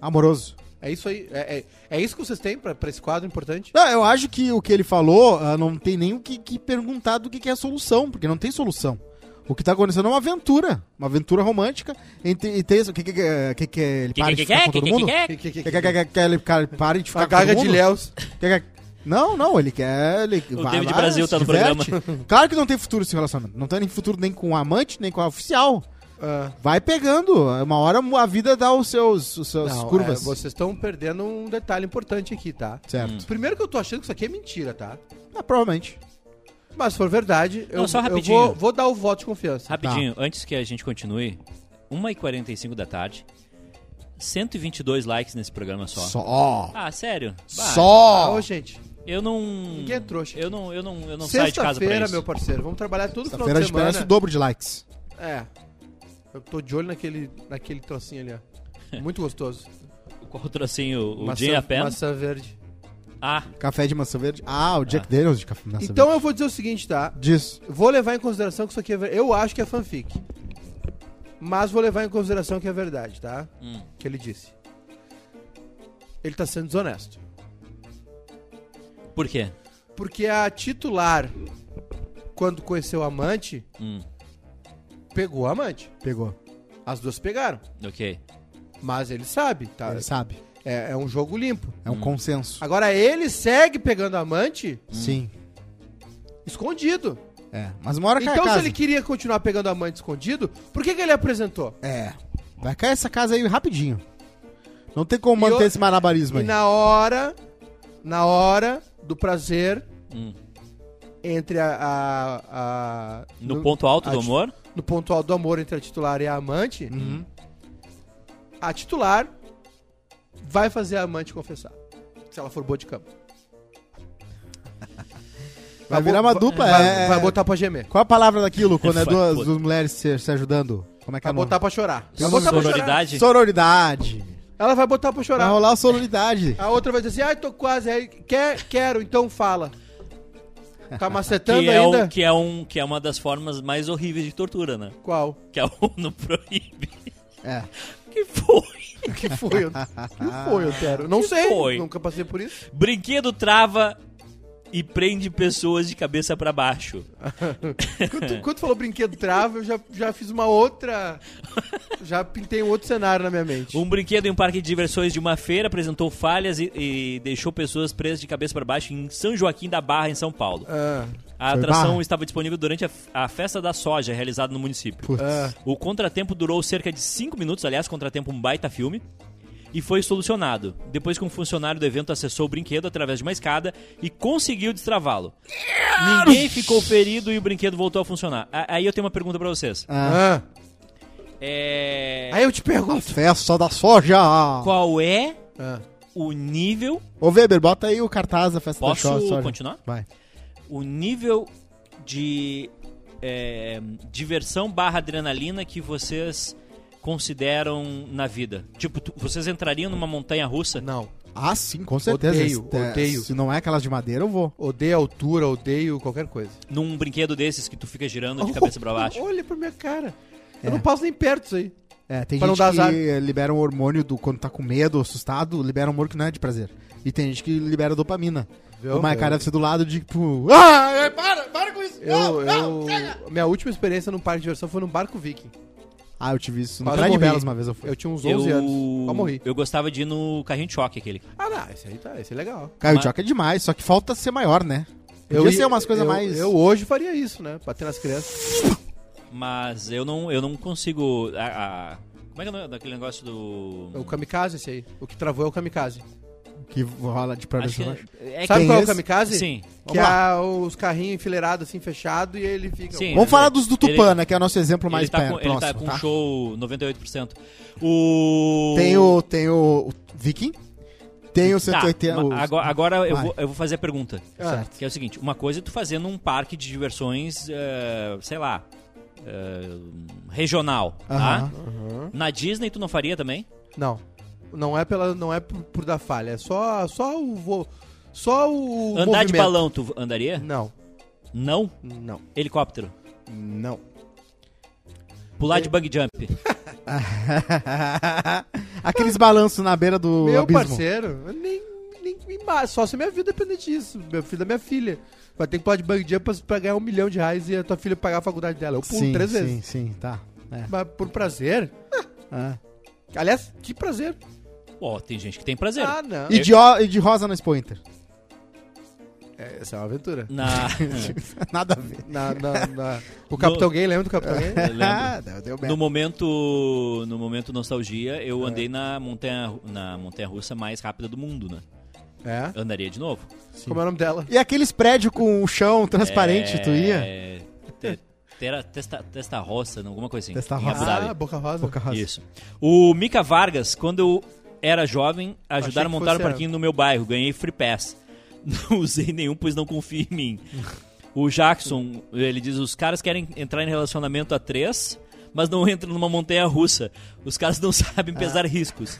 B: amoroso.
C: É isso aí. É, é- é isso que vocês têm pra, pra esse quadro importante?
B: Não, eu acho que o que ele falou, ah, não tem nem o que, que perguntar do que, que é a solução, porque não tem solução. O que tá acontecendo é uma aventura, uma aventura romântica. Entre, e tem isso, o que que, que, que, que ele
A: Que-
B: para
A: que-
B: de
A: que-
B: ficar
A: que-
B: com todo
A: que-
B: mundo?
A: que- que-
B: Que
C: Que- que-
B: que-
C: que-
B: que- que- que ele cara- pare de
C: A
A: Tá
B: ficar com
C: gaga
B: todo
C: de
B: mundo?
C: Léus.
B: Que- que- Não, não, ele quer... Ele o
A: David Brasil tá no
B: [laughs] Claro que não tem futuro esse relacionamento. Não tem nem futuro nem com o amante, nem com a oficial.
C: Ah,
B: Vai pegando. Uma hora a vida dá os seus, os seus
C: não,
B: curvas.
C: é, vocês estão perdendo um detalhe importante aqui, tá?
B: Certo.
C: Primeiro que eu tô achando que isso aqui é mentira, tá?
A: Hum.
B: Ah, provavelmente.
C: Mas se for verdade,
A: Não,
C: eu,
A: só
C: eu
A: rapidinho.
C: vou, vou dar o voto de confiança.
A: Rapidinho, antes que a gente continue, 1h45 da tarde, 122 likes nesse programa só.
B: Só.
A: Ah, sério? Bah,
C: Ah,
B: Só.
C: ô, gente,
A: Eu não.
C: Ninguém é trouxa.
A: Eu não, eu não, eu não saio de casa pra
C: Sexta-feira,
A: isso.
C: meu parceiro, vamos trabalhar todo final
B: Sexta-feira a
C: de
B: gente merece o
C: semana.
B: dobro de likes.
C: É. Eu tô de olho naquele, naquele trocinho
A: [laughs]
C: ali, ó. Muito gostoso.
A: Qual outro assim? O, o Jim Apple?
C: maçã verde.
A: Ah,
B: Café de maçã verde. Ah, o Jack Daniels de café de maçã
C: Então
B: verde.
C: eu vou dizer o seguinte, tá?
B: Diz.
C: Vou levar em consideração que isso aqui é ver... Eu acho que é fanfic. Mas vou levar em consideração que é verdade, tá?
A: Hum.
C: Que ele disse. Ele tá sendo desonesto.
A: por quê?
C: Porque a titular, quando conheceu o amante,
A: Hum,
C: pegou o amante.
B: Pegou.
C: As duas pegaram.
A: ok.
C: Mas ele sabe,
A: Ah,
C: tá?
B: Ele sabe.
C: É- é um jogo limpo.
B: É um
A: hum.
B: consenso.
C: Agora ele segue pegando a amante
B: Sim.
C: escondido.
B: É. Mas uma hora cai a
C: Então, se
B: casa.
C: ele queria continuar pegando a amante escondido, por que, que ele apresentou?
B: É. Vai cair essa casa aí rapidinho. Não tem como
C: E
B: manter
C: eu-
B: esse marabarismo
C: E
B: aí.
C: na hora, na hora do prazer,
A: Hum.
C: entre a. a- a-
A: No ponto alto do
B: Ah,
C: a ti-
A: amor?
C: No ponto alto do amor entre a titular e a amante,
B: Uhum.
C: a titular vai fazer a amante confessar. Se ela for boa de campo.
B: Vai virar uma
C: bo-
B: dupla,
C: vai,
B: é.
C: vai botar pra gemer.
B: Qual a palavra daquilo quando é
A: Vai,
B: duas,
A: pô.
B: duas mulheres se, se ajudando? Como é que é
C: Vai
B: o nome?
C: botar pra chorar. Vai botar pra chorar.
A: Sororidade?
B: Sororidade.
C: Ela vai botar pra
B: Vai
C: chorar.
B: rolar a sororidade.
C: A outra vai dizer assim, ai, tô quase aí. Quer, quero, então fala. Tá macetando
A: Que é,
C: ainda?
A: o, que, é um, que é uma das formas mais horríveis de tortura, né?
C: Qual?
A: Que a [laughs] ONU proíbe.
B: É.
A: Que foi?
C: que foi? O que foi, Otero? Não
A: Que
C: sei.
A: foi?
C: Nunca passei
A: [laughs]
C: por isso.
A: Brinquedo trava e prende pessoas de cabeça pra baixo.
C: Quando, quando tu falou brinquedo trava, eu já, já fiz uma outra. Já pintei um outro cenário na minha mente.
A: Um brinquedo em um parque de diversões de uma feira apresentou falhas e, e deixou pessoas presas de cabeça pra baixo em São Joaquim da Barra, em São Paulo.
C: Ah,
A: A
B: Foi
A: atração
B: Barra?
A: estava disponível durante a, a festa da soja realizada no município.
B: Putz.
C: ah.
A: O contratempo durou cerca de 5 minutos, aliás, contratempo um baita filme, e foi solucionado. Depois que um funcionário do evento acessou o brinquedo através de uma escada e conseguiu destravá-lo. Ninguém ficou ferido e o brinquedo voltou a funcionar. A- Aí eu tenho uma pergunta pra vocês.
B: Ah.
C: Ah.
A: É...
C: Aí eu te pergunto.
B: Festa da soja.
A: Qual é
C: Ah.
A: o nível...
B: Ô Weber, bota aí o cartaz da festa
A: Posso
B: da cho- soja.
A: continuar?
B: Vai.
A: O nível de é, diversão barra adrenalina que vocês consideram na vida? Tipo, tu- vocês entrariam numa montanha russa?
C: Não.
B: Ah, sim, com certeza.
C: Odeio,
B: Se- é,
C: odeio.
B: Se não é aquelas de madeira, eu vou.
C: Odeio altura, odeio qualquer coisa.
A: num brinquedo desses que tu fica girando
B: Oh,
A: de cabeça pra
B: [laughs]
A: baixo.
C: Olha pra minha cara. Eu não passo nem perto disso aí.
B: É, tem
C: Pra não
B: gente
C: dar
B: que
C: azar.
B: libera um hormônio do quando tá com medo, assustado, libera um hormônio que não é de prazer. E tem gente que libera dopamina.
C: Viu?
B: o mais
C: Eu-
B: cara deve ser do lado de tipo. Ah, é, para, para com isso!
C: Eu,
B: não, não."
C: eu, minha última experiência num parque de diversão foi num barco viking.
B: Ah, eu tive isso no
C: Quase
B: Praia de
C: morri.
B: Belas uma vez eu fui.
C: Eu tinha uns 11 anos. Eu
A: Eu,
C: morri.
A: eu gostava de ir no carrinho de choque aquele.
C: Ah, não, esse aí tá, esse é legal.
B: Caio
A: Mas-
B: Joca é demais, só que falta ser maior, né? Podia
C: ia-
B: ser umas coisas
C: eu-
B: mais.
C: Eu hoje faria isso, né? Bater nas crianças.
A: Mas eu não, eu não consigo. a- a- como é que é o nome daquele negócio do.
C: É O kamikaze, esse aí. O que travou é o kamikaze.
B: Que rola de pra
A: Acho que
B: ver
A: é, é
C: Sabe
B: tem
C: qual é o
B: esse?
A: que,
C: kamikaze?
A: sim.
C: Que
B: Vamos
C: é os carrinhos enfileirados assim, fechado e ele fica. um-
A: Sim.
B: Vamos falar dos do
A: Ele-
B: Tupã, né? Que é o nosso exemplo
A: Ele
B: mais
A: tá,
B: pé-
A: com, ele
B: próximo.
A: tá com
B: tá?
A: um show 98%. O.
B: Tem o. Tem o. o Viking. Tem o
A: Tá,
B: 180.
A: ma-
B: o-
A: agora agora eu,
B: Vai.
A: vou, eu vou fazer a pergunta.
C: Ah,
B: Certo.
A: Que é o seguinte: uma coisa é tu fazendo um parque de diversões, eh, sei lá, eh, regional. Tá?
B: Aham.
A: Na Disney tu não faria também?
C: Não. Não é pela não é por, por dar falha, é só só o voo, só o
A: Andar de
C: movimento.
A: balão tu andaria?
C: Não.
A: Não?
C: Não.
A: Helicóptero.
B: Não.
A: Pular de bug jump.
B: Aqueles balanços na beira do
C: Meu
B: abismo.
C: parceiro, eu nem nem me ma- só se minha vida depender disso, meu filho da minha filha. Vai ter que pular de bug jump pra, pra ganhar um milhão de reais e a tua filha pagar a faculdade dela. Eu pulo
B: Sim,
C: três
B: sim,
C: vezes.
B: sim, tá. É.
C: Mas por prazer.
B: Ah.
C: Aliás, que prazer.
A: Ó, tem gente que tem prazer.
C: Ah, não.
B: E, de, o- e de rosa no Expo Inter.
C: É, Essa é uma aventura.
B: [laughs]
A: Na... É.
B: Nada a ver.
C: Na, na, na- O Capitão Gay, lembra do
B: [laughs]
C: Capitão Gay?
A: Eu lembro.
B: Ah, deu, Ah. deu
A: No momento, no momento nostalgia, eu andei na montanha, na montanha russa mais rápida do mundo, né?
C: É.
A: Andaria de novo.
C: Como é o nome dela?
B: E aqueles prédios com o chão transparente, tu ia?
A: É, te- Tera, testa, testa roça, alguma coisa assim.
B: Testa
A: em
B: Roça.
A: Abu Dhabi.
C: Ah, Boca Rosa.
B: Boca Rosa.
A: Isso. O Mica Vargas, quando eu era jovem, ajudaram a
C: que
A: montar um
C: fosse a-
A: parquinho no meu bairro. Ganhei free pass. [laughs] Não usei nenhum, pois não confia em mim. O Jackson, ele diz, os caras querem entrar em relacionamento a três, mas não entram numa montanha russa. Os caras não [laughs] sabem
C: Ah.
A: pesar riscos.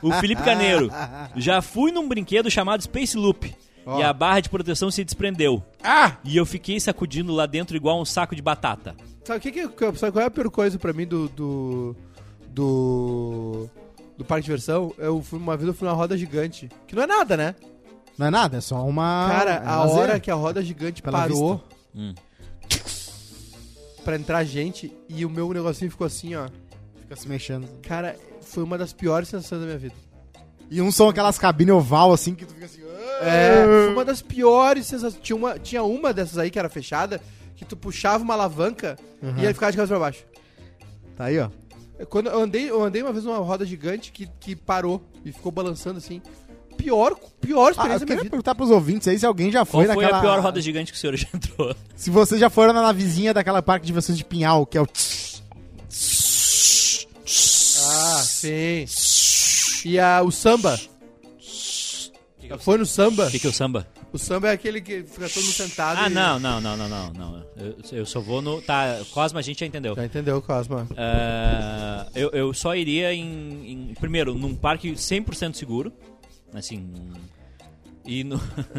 A: O Felipe Carneiro, já fui num brinquedo chamado Space Loop. E a barra de proteção se desprendeu.
C: Ah!
A: E eu fiquei sacudindo lá dentro igual um saco de batata.
C: Sabe, o que que, sabe qual é a pior coisa pra mim do. do. do, do parque de diversão? Eu fui uma vez eu fui numa roda gigante. Que não é nada, né?
B: Não é nada, é só uma.
C: Cara,
B: é
C: a
B: lazer.
C: hora que a roda gigante
B: Pela
C: parou.
A: Hum.
C: Pra entrar gente e o meu negocinho ficou assim, ó.
B: Fica se mexendo.
C: Cara, foi uma das piores sensações da minha vida.
B: E uns são aquelas cabines oval assim que tu fica assim.
C: É, foi uma das piores sensações. Tinha uma, tinha uma dessas aí que era fechada, que tu puxava uma alavanca e ele ficava de cabeça pra baixo.
B: Tá aí, ó.
C: É, Quando eu andei, eu andei uma vez numa roda gigante que, que parou e ficou balançando assim. Pior,
B: Ah,
C: pior
B: eu
C: experiência da minha
B: queria
C: vida.
B: perguntar pros ouvintes aí se alguém já
A: Qual
B: foi
A: foi
B: naquela.
A: a pior roda gigante que o senhor já entrou?
B: Se vocês já foram na navezinha daquela parque de diversões de Pinhal, que é o.
C: Ah, sim. E a, o samba. Foi no samba?
A: O que, que é o samba?
C: O samba é aquele que fica todo mundo sentado.
A: Ah,
C: e-
A: não, não, não, não, não, não. Eu, eu só vou no. Tá, Cosma, a gente já entendeu.
C: Já entendeu, Cosma?
A: Ah, eu, eu só iria em, em- Primeiro, num parque 100% seguro. Assim. num- E no. [laughs]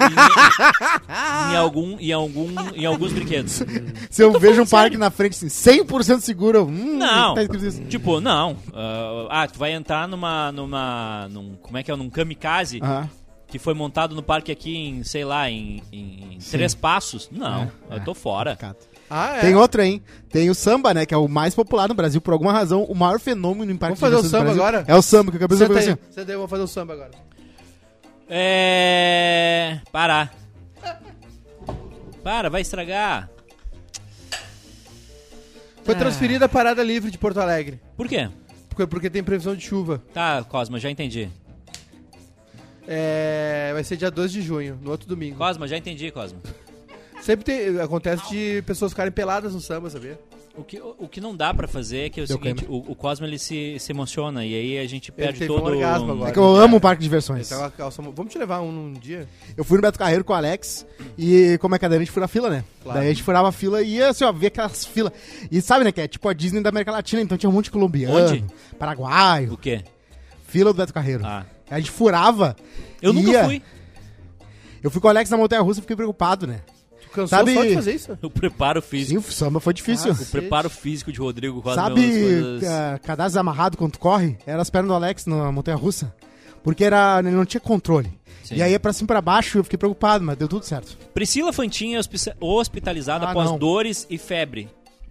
A: e em, em algum, em, algum, em alguns brinquedos.
B: Se eu vejo um parque na frente assim, 100% seguro, eu, hum,
A: Não!
B: tá escrito isso.
A: Tipo, não. Ah, ah, tu vai entrar numa. numa num, como é que é? Num kamikaze
B: Ah,
A: que foi montado no parque aqui em, sei lá, em, em- em Três Passos. Não, eu tô fora.
B: cato.
C: Ah, é.
B: Tem outro, hein? Tem o samba, né? Que é o mais popular no Brasil, por alguma razão, o maior fenômeno em parque
C: Vamos fazer o
B: de diversões do
C: samba
B: Brasil
C: agora?
B: É o samba, que eu acabei de
C: Senta
B: fazer
C: aí,
B: assim.
C: senta aí, eu vou fazer o samba agora.
A: É. Para. Para, vai estragar.
C: Foi
A: Ah.
C: transferida a parada livre de Porto Alegre.
A: Por quê?
C: Porque, porque tem previsão de chuva.
A: Tá, Cosma, já entendi.
C: É, vai ser dia 2 de junho, no outro domingo.
A: Cosma, já entendi, Cosma.
C: Sempre tem, acontece de pessoas ficarem peladas no samba, sabia?
A: O que, o, o que não dá pra fazer é que é o
B: Deu
A: seguinte, o, o Cosma ele se, se emociona e aí a gente perde
C: teve um
A: todo
C: orgasmo agora.
B: É que eu amo o parque de diversões.
C: Então, a calça- Vamos te levar um, num dia?
B: Eu fui no Beto Carreiro com o Alex e, como é cadeira, a gente fura a fila, né?
C: Claro.
B: Daí a gente furava a fila e ia, assim, ó, via aquelas filas. E sabe, né, que é tipo a Disney da América Latina, então tinha um monte de colombiano,
A: O
B: paraguaio,
A: quê?
B: fila do Beto Carreiro.
A: Ah.
B: A gente furava.
A: Eu
B: ia.
A: nunca fui.
B: Eu fui com o Alex na Montanha Russa e fiquei preocupado, né?
C: Tu cansou
B: Sabe-
C: só de fazer isso? Ah,
A: O preparo físico.
B: Sim, o samba foi difícil.
A: O preparo físico de Rodrigo Cosma. é umas
B: Sabe,
A: coisas-
B: ca- cadastro amarrado quando tu corre? Era as pernas do Alex na montanha russa. Porque era, ele não tinha controle.
A: Sim.
B: E aí é pra cima e pra baixo, eu fiquei preocupado, mas deu tudo certo.
A: Priscila Fantin é hospi- hospitalizada
B: Ah,
A: após
B: não.
A: dores e febre.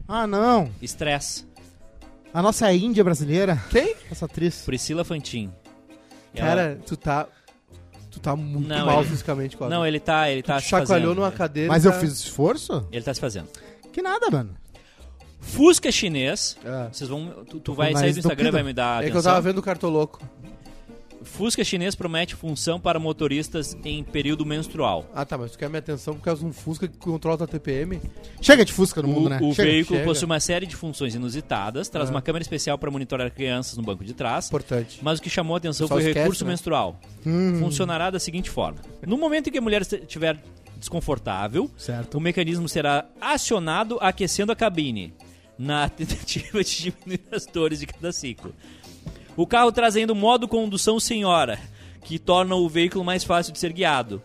B: Ah, não.
A: Estresse.
B: A nossa é Índia brasileira,
C: Quem?
B: essa atriz.
A: Priscila Fantin. Ela-
C: Cara, tu tá. Tu tá muito
A: Não,
C: mal
A: ele-
C: fisicamente, Cosma.
A: Não, ele tá, ele tá
C: Tu
A: se
C: chacoalhou
A: fazendo.
C: numa cadeira.
B: Mas
C: e
B: eu
C: tá-
B: fiz esforço?
A: Ele tá se fazendo.
B: Que nada, mano.
A: Fusca chinês.
C: É.
A: Vocês vão. Tu, tu vai
B: com o
A: sair
B: nariz
A: do Instagram e vai
B: entupido.
A: me dar
C: É que
A: atenção.
C: eu tava vendo o cartoloco.
A: Fusca é chinês promete função para motoristas em período menstrual.
C: Ah, tá, mas tu quer minha atenção por causa de um Fusca que controla tua TPM?
B: Chega de fusca no
A: O,
B: mundo, né?
A: o
B: Chega.
A: veículo
C: chega. Ah.
A: possui uma série de funções inusitadas, traz uma câmera especial para monitorar crianças no banco de trás.
C: Importante.
A: Mas o que chamou a atenção
C: Só
A: foi o
C: esquece,
A: recurso
C: né? Hum.
A: menstrual. Funcionará da seguinte forma: no momento em que a mulher estiver desconfortável,
B: Certo.
A: o mecanismo será acionado aquecendo a cabine, na [laughs] tentativa de diminuir as dores de cada ciclo. O carro traz ainda o modo condução senhora, que torna o veículo mais fácil de ser guiado.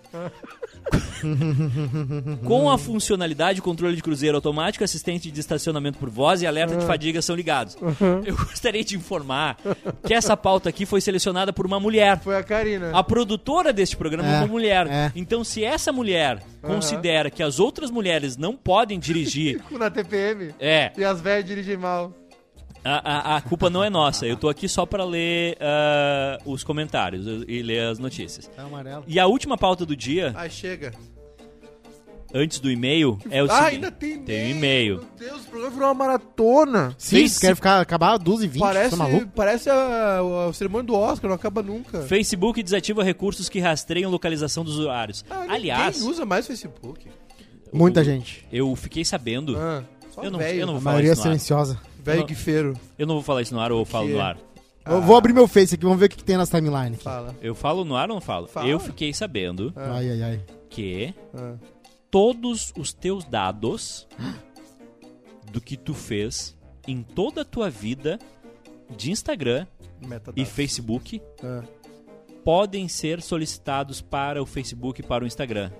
A: Com a funcionalidade controle de cruzeiro automático, assistente de estacionamento por voz e alerta de fadiga são ligados. Eu gostaria de informar que essa pauta aqui foi selecionada por uma mulher.
C: Foi a Karina.
A: A produtora deste programa é,
B: É,
A: uma mulher.
B: é.
A: Então, se essa mulher considera que as outras mulheres não podem
C: [laughs]
A: dirigir,
C: Na TPM.
A: é,
C: E as velhas dirigem mal.
A: a, a- a culpa não é nossa. Eu tô aqui só pra ler ah, os comentários e ler as notícias.
B: Tá amarelo.
A: E a última pauta do dia,
C: Ai, chega.
A: antes do e-mail, é o
C: ah,
A: seguinte:
C: ainda tem e-mail.
A: tem um e-mail.
C: Meu Deus, o programa virou uma maratona.
B: Sim,
A: Sim,
B: você quer ficar, acabar 12h20,
C: Parece,
B: tá maluco?
C: parece a, a, a cerimônia do Oscar, não acaba nunca.
A: Facebook desativa recursos que rastreiam localização dos usuários.
C: Ah, ninguém
A: Aliás,
C: usa mais Facebook.
B: Muita gente.
A: eu fiquei sabendo.
C: Ah, só
A: eu não,
C: velho.
A: eu não
B: A
A: vou falar
B: maioria
A: isso no ar.
B: silenciosa.
C: Velho guifeiro.
A: Eu não vou falar isso no ar ou eu falo
C: Que-
A: no ar.
B: Eu vou abrir meu Face aqui, vamos ver o que, que tem nas timeline. aqui.
C: Fala.
A: Eu falo no ar ou não falo?
C: Fala.
A: Eu fiquei sabendo
C: Ah.
B: Ai, ai, ai.
A: que
C: Ah.
A: todos os teus dados do que tu fez em toda a tua vida de Instagram
C: Metadados.
A: e Facebook
C: Ah.
A: podem ser solicitados para o Facebook e para o Instagram.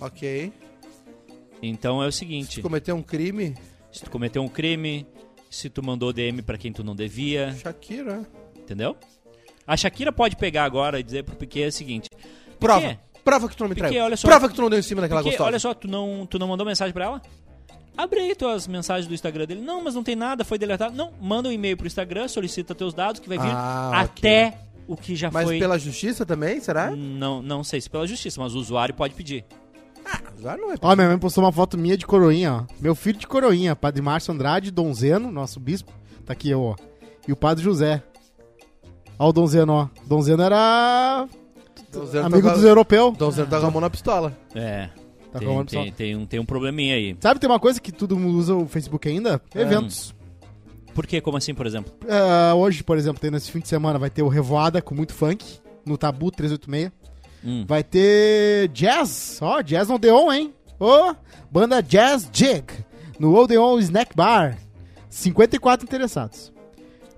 C: Ok.
A: Então é o seguinte,
C: Cometeu um crime?
A: se tu cometeu um crime, se tu mandou DM pra quem tu não devia,
C: Shakira.
A: entendeu? A Shakira pode pegar agora e dizer pro Piquet é o seguinte.
C: Prova.
A: Piquet,
C: Prova que tu não me
A: Piquet,
C: traiu.
A: olha só.
C: Prova que tu não deu em cima daquela
A: Porque,
C: gostosa.
A: olha só, tu não, tu não mandou mensagem pra ela? Abre aí tuas mensagens do Instagram dele. Não, mas não tem nada, foi deletado. Não, manda um e-mail pro Instagram, solicita teus dados que vai vir
C: Ah, ok.
A: até o que já
C: Mas
A: foi.
C: pela justiça também, será?
A: Não, não sei se pela justiça, mas o usuário pode pedir.
C: Mas Vai não é.
B: Ó, minha mãe postou uma foto minha de coroinha, ó. Meu filho de coroinha, Padre Márcio Andrade, Donzeno, nosso bispo. Tá aqui eu, ó. E o Padre José. Ó o Donzeno, ó. Donzeno era
C: Donzero
B: amigo
C: tá com
B: dos
C: a-
B: europeus.
C: Donzero tá com a mão na pistola.
A: É.
B: Tá com
A: tem,
B: a mão na pistola.
A: tem, tem um, tem um probleminha aí.
B: Sabe, tem uma coisa que todo mundo usa o Facebook ainda? Eventos.
A: Por quê? Como assim, por exemplo?
B: Ah, hoje, por exemplo, tem nesse fim de semana, vai ter o Revoada com muito funk, no Tabu 386.
A: Hum.
B: Vai ter Jazz, ó, Jazz no Odeon, hein? Ô, banda Jazz Jig, no Odeon Snack Bar. 54 interessados.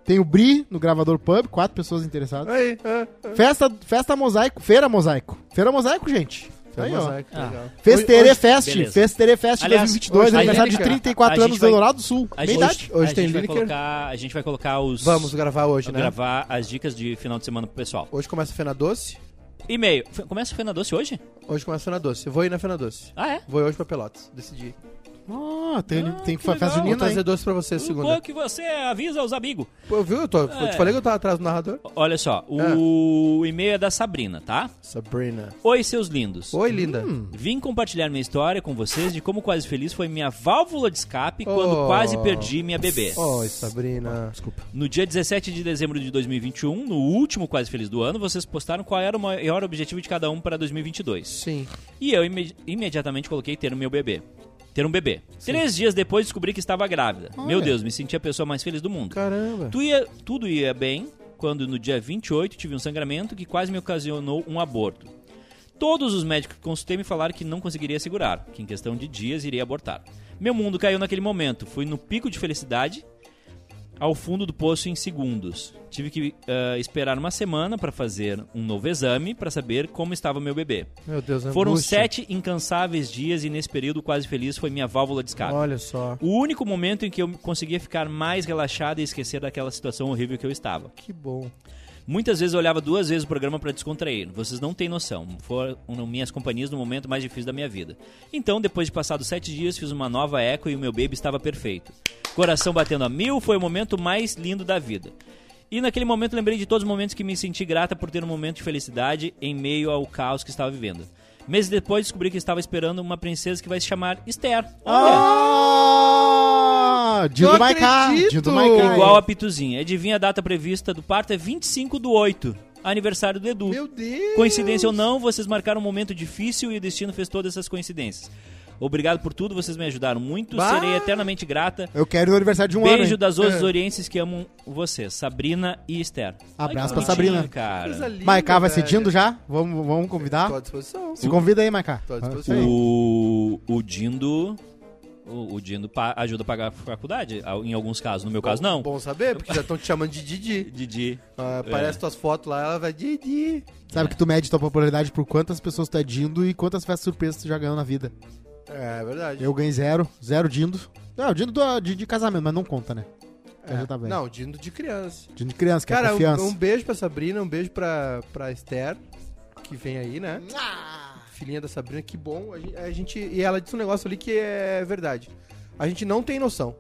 B: Tem o Bri no gravador pub, 4 pessoas interessadas.
C: Aí, ah,
A: Uhum.
B: Festa, festa mosaico, feira mosaico. Feira mosaico, gente. Aí, ó.
C: mosaico, né, legal.
B: Festere Fest,
A: beleza.
B: Festere Fest
A: Aliás,
B: 2022,
A: hoje-
B: aniversário de
C: a gente-
B: 34
A: a
B: anos
A: gente
B: do
A: vai-
B: Eldorado do Sul.
A: A
B: Meia idade.
A: gente,
C: Hoje
A: a
C: tem
A: gente vai
C: Lineker.
A: colocar, A gente vai colocar os.
C: Vamos gravar hoje, né?
A: gravar as dicas de final de semana pro pessoal.
C: Hoje começa a Fena Doce.
A: E-mail. F- Começa o Fena Doce hoje?
C: Hoje começa a Fena Doce. Eu vou ir na Fena Doce.
A: Ah, é?
C: Vou hoje pra Pelotas, decidi.
B: Ah, tem,
A: Ah,
B: tem
A: que
B: festa
A: legal.
C: Vou
B: junina, hein?
C: trazer doce pra vocês segunda.
A: Bom que você avisa os amigos.
C: Pô, viu? Eu, tô, eu
A: É.
C: te falei que eu tava atrás do narrador.
A: Olha só,
C: Ah.
A: o e-mail é da Sabrina, tá?
C: Sabrina.
A: Oi, seus lindos.
C: Oi, linda.
A: Vim compartilhar minha história com vocês de como quase feliz foi minha válvula de escape
C: Oh.
A: quando quase perdi minha bebê.
C: Oi, Sabrina. Desculpa.
A: No dia 17 de dezembro de 2021, no último quase feliz do ano, vocês postaram qual era o maior objetivo de cada um para 2022.
C: Sim.
A: E eu ime- imediatamente coloquei ter o meu bebê. Ter um bebê. Três dias depois descobri que estava grávida. Meu Deus, me senti a pessoa mais feliz do mundo.
C: Caramba.
A: Tu ia- tudo ia bem quando no dia 28 tive um sangramento que quase me ocasionou um aborto. Todos os médicos que consultei me falaram que não conseguiria segurar, que em questão de dias iria abortar. Meu mundo caiu naquele momento, fui no pico de felicidade ao fundo do poço em segundos. Tive que ah, esperar uma semana para fazer um novo exame para saber como estava meu bebê.
C: Meu Deus,
A: Foram
C: angústia.
A: sete incansáveis dias e nesse período quase feliz foi minha válvula de escape.
C: Olha só.
A: O único momento em que eu conseguia ficar mais relaxado e esquecer daquela situação horrível que eu estava.
C: Que bom.
A: Muitas vezes eu olhava duas vezes o programa para descontrair. Vocês não têm noção. Foram minhas companhias no momento mais difícil da minha vida. Então, depois de passados sete dias, fiz uma nova eco e o meu baby estava perfeito. Coração batendo a mil, foi o momento mais lindo da vida. E naquele momento lembrei de todos os momentos que me senti grata por ter um momento de felicidade em meio ao caos que estava vivendo. Meses depois descobri que estava esperando uma princesa que vai se chamar Esther. Olha!
B: Ah, Dildo
C: Não
B: Maiká,
C: acredito.
B: Dildo Maiká.
A: Igual a Pituzinha. Adivinha a data prevista do parto? É 25 do 8, aniversário do Edu.
C: Meu Deus.
A: Coincidência ou não, vocês marcaram um momento difícil e o destino fez todas essas coincidências. Obrigado por tudo, vocês me ajudaram muito.
C: Bah!
A: Serei eternamente grata.
B: Eu quero o aniversário de um ano,
A: Beijo
B: hein?
A: das outras orienses que amam vocês, Sabrina e Esther.
B: Abraço
A: Ai, que
B: pra
A: bonitinho,
B: Sabrina.
C: Coisa
A: Cara.
C: linda,
B: Maiká vai ser
C: velho.
B: Dindo já? Vamos, vamos convidar?
C: Tô à disposição.
B: Se convida aí, assim. Maiká.
C: Tô à disposição.
A: O, o Dindo. O, o Dindo pa- ajuda a pagar a faculdade, em alguns casos. No meu caso, não.
C: Bom saber, porque já estão te chamando
A: [laughs]
C: de Didi.
A: Didi.
C: Ah,
A: É.
C: Aparece tuas fotos lá, ela vai, Didi.
B: Sabe que tu mede tua popularidade por quantas pessoas tu é Dindo e quantas festas surpresas tu já ganhou na vida.
C: É, é verdade.
B: Eu ganhei zero, zero Dindo. Não, Dindo do- de, de casamento, mas não conta, né?
C: É.
B: Já tá bem.
C: Não, Dindo de criança.
B: Dindo de criança, que é
C: Cara,
B: confiança.
C: um, um beijo pra Sabrina, um beijo pra, pra Esther, que vem aí, né? Filhinha da Sabrina, que bom. A gente, a gente- e ela disse um negócio ali que é verdade. A gente não tem noção.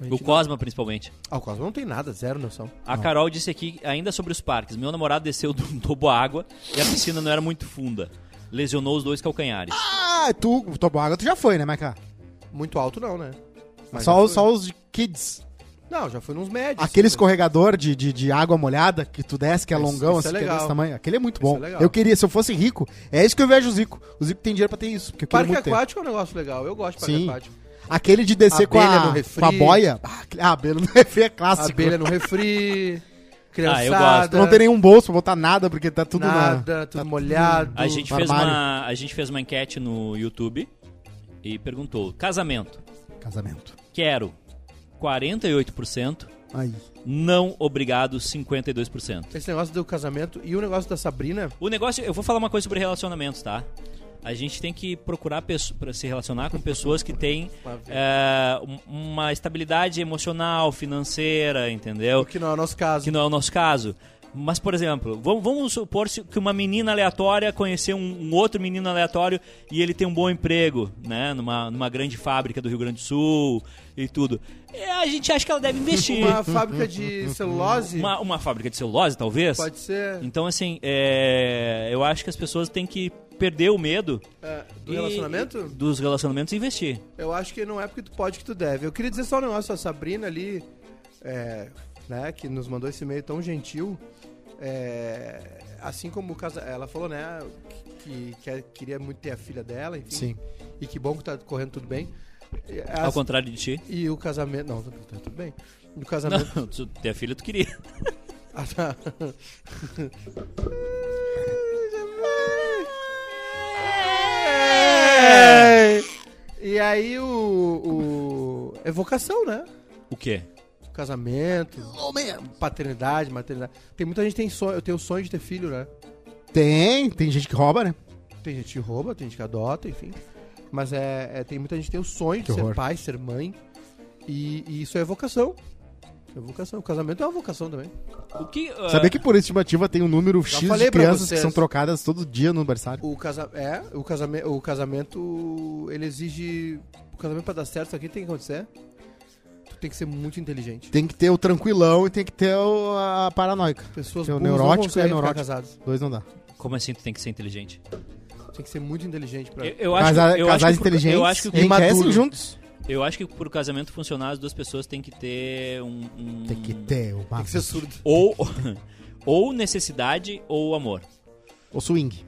C: A gente
A: O Cosma, principalmente.
C: Ah, o Cosmo não tem nada, zero noção.
A: A Carol disse aqui, ainda sobre os parques. Meu namorado desceu do [laughs] tobo água e a piscina não era muito funda. Lesionou os dois calcanhares.
B: Ah, tu, tua água tu já foi, né, Maiká?
C: Muito alto não, né? Mas já
B: Só,
C: foi.
B: os- só os de kids.
C: Não, já foi nos médios. assim, né?
B: Aquele
C: Isso
B: escorregador de, de, de água molhada que tu desce, que é
C: Isso-
B: longão,
C: isso
B: assim,
C: é
B: que é desse
C: legal.
B: tamanho. Aquele é muito bom.
C: é legal.
B: eu queria, se eu fosse rico, é isso que eu vejo o Zico. O Zico tem dinheiro pra ter isso, porque eu queria
C: Parque
B: muito ter.
C: aquático é um negócio legal, eu gosto de parque
B: Sim.
C: aquático.
B: Aquele de descer com
C: Abelha
B: a,
C: no refri.
B: com a boia. Ah, aquele- Ah, abelha no [laughs] refri é clássico.
C: Abelha no
A: [laughs]
C: refri, criançada.
A: Ah, eu gosto.
B: Não tem nenhum bolso pra botar nada, porque tá tudo na...
C: nada, tudo molhado.
A: A gente,
B: no
A: fez
B: armário.
A: uma, a gente fez uma enquete no YouTube e perguntou: casamento,
B: Casamento.
A: quero 48%,
B: Aí.
A: não obrigado 52%.
C: Esse negócio do casamento e o negócio da Sabrina,
A: O negócio, eu vou falar uma coisa sobre relacionamentos, tá? A gente tem que procurar pesso- pra se relacionar com pessoas que têm eh, um- uma estabilidade emocional, financeira, entendeu?
C: que não é o nosso caso.
A: que não é o nosso caso. Mas, por exemplo, vamos, vamos supor se- que uma menina aleatória conheceu um, um outro menino aleatório e ele tem um bom emprego, né? Numa, numa grande fábrica do Rio Grande do Sul e tudo. É, a gente acha que ela deve investir.
C: [laughs] Uma fábrica
A: [laughs]
C: de celulose,
A: Uma, uma fábrica de celulose, talvez.
C: pode ser.
A: Então, assim, é, eu acho que as pessoas têm que perder o medo
C: É, do
A: e-
C: relacionamento?
A: dos relacionamentos e investir.
C: Eu acho que não é porque tu pode que tu deve. Eu queria dizer só um negócio, a Sabrina ali, é, né, que nos mandou esse e-mail tão gentil. é, assim como o casa, ela falou, né, que, que ela queria muito ter a filha dela, enfim.
B: Sim.
C: E que bom que tá correndo tudo bem. E,
A: Ao
C: as-
A: contrário de ti.
C: e o casamento. Não, tá tá tudo bem. E o casamento.
A: [laughs] Não, tu, ter filha tu queria.
C: Ah, tá. É. E aí o, o. É vocação, né?
A: O quê?
C: Casamento, paternidade, maternidade. Tem muita gente que tem sonho. Eu tenho o sonho de ter filho, né?
B: Tem, tem gente que rouba, né?
C: Tem gente que rouba, tem gente que adota, enfim. Mas é, é- tem muita gente que tem o sonho
B: Que
C: de
B: horror.
C: ser pai, ser mãe. E, e isso é vocação. Isso é vocação. O casamento é uma vocação também.
A: O que. ah,
B: Sabia que por estimativa tem um número X de
C: falei pra
B: crianças que
C: vocês.
B: são trocadas todo dia no aniversário?
C: O casa é, o casamento, o casamento ele exige o casamento pra dar certo, isso aqui tem que acontecer. Tu tem que ser muito inteligente.
B: Tem que ter o tranquilão e tem que ter o- a paranoica.
C: Pessoas
B: Tem o
C: burras não
B: neurótico e
C: conseguem
B: a
C: ficar
B: neurótica.
C: casadas.
B: Dois não dá.
A: Como assim tu tem que ser inteligente?
C: Tem que ser muito inteligente pra
A: Eu, eu acho,
B: Casa-
A: eu
B: casais
A: acho que, por-
B: inteligentes
A: Eu acho, que,
B: enriquecem
C: maduro.
B: juntos.
A: eu acho que pro casamento funcionar, as duas pessoas têm que ter um. um-
B: Tem que ter o
C: Tem que ser surdo.
A: Ou, [laughs] ou necessidade ou amor.
B: O swing.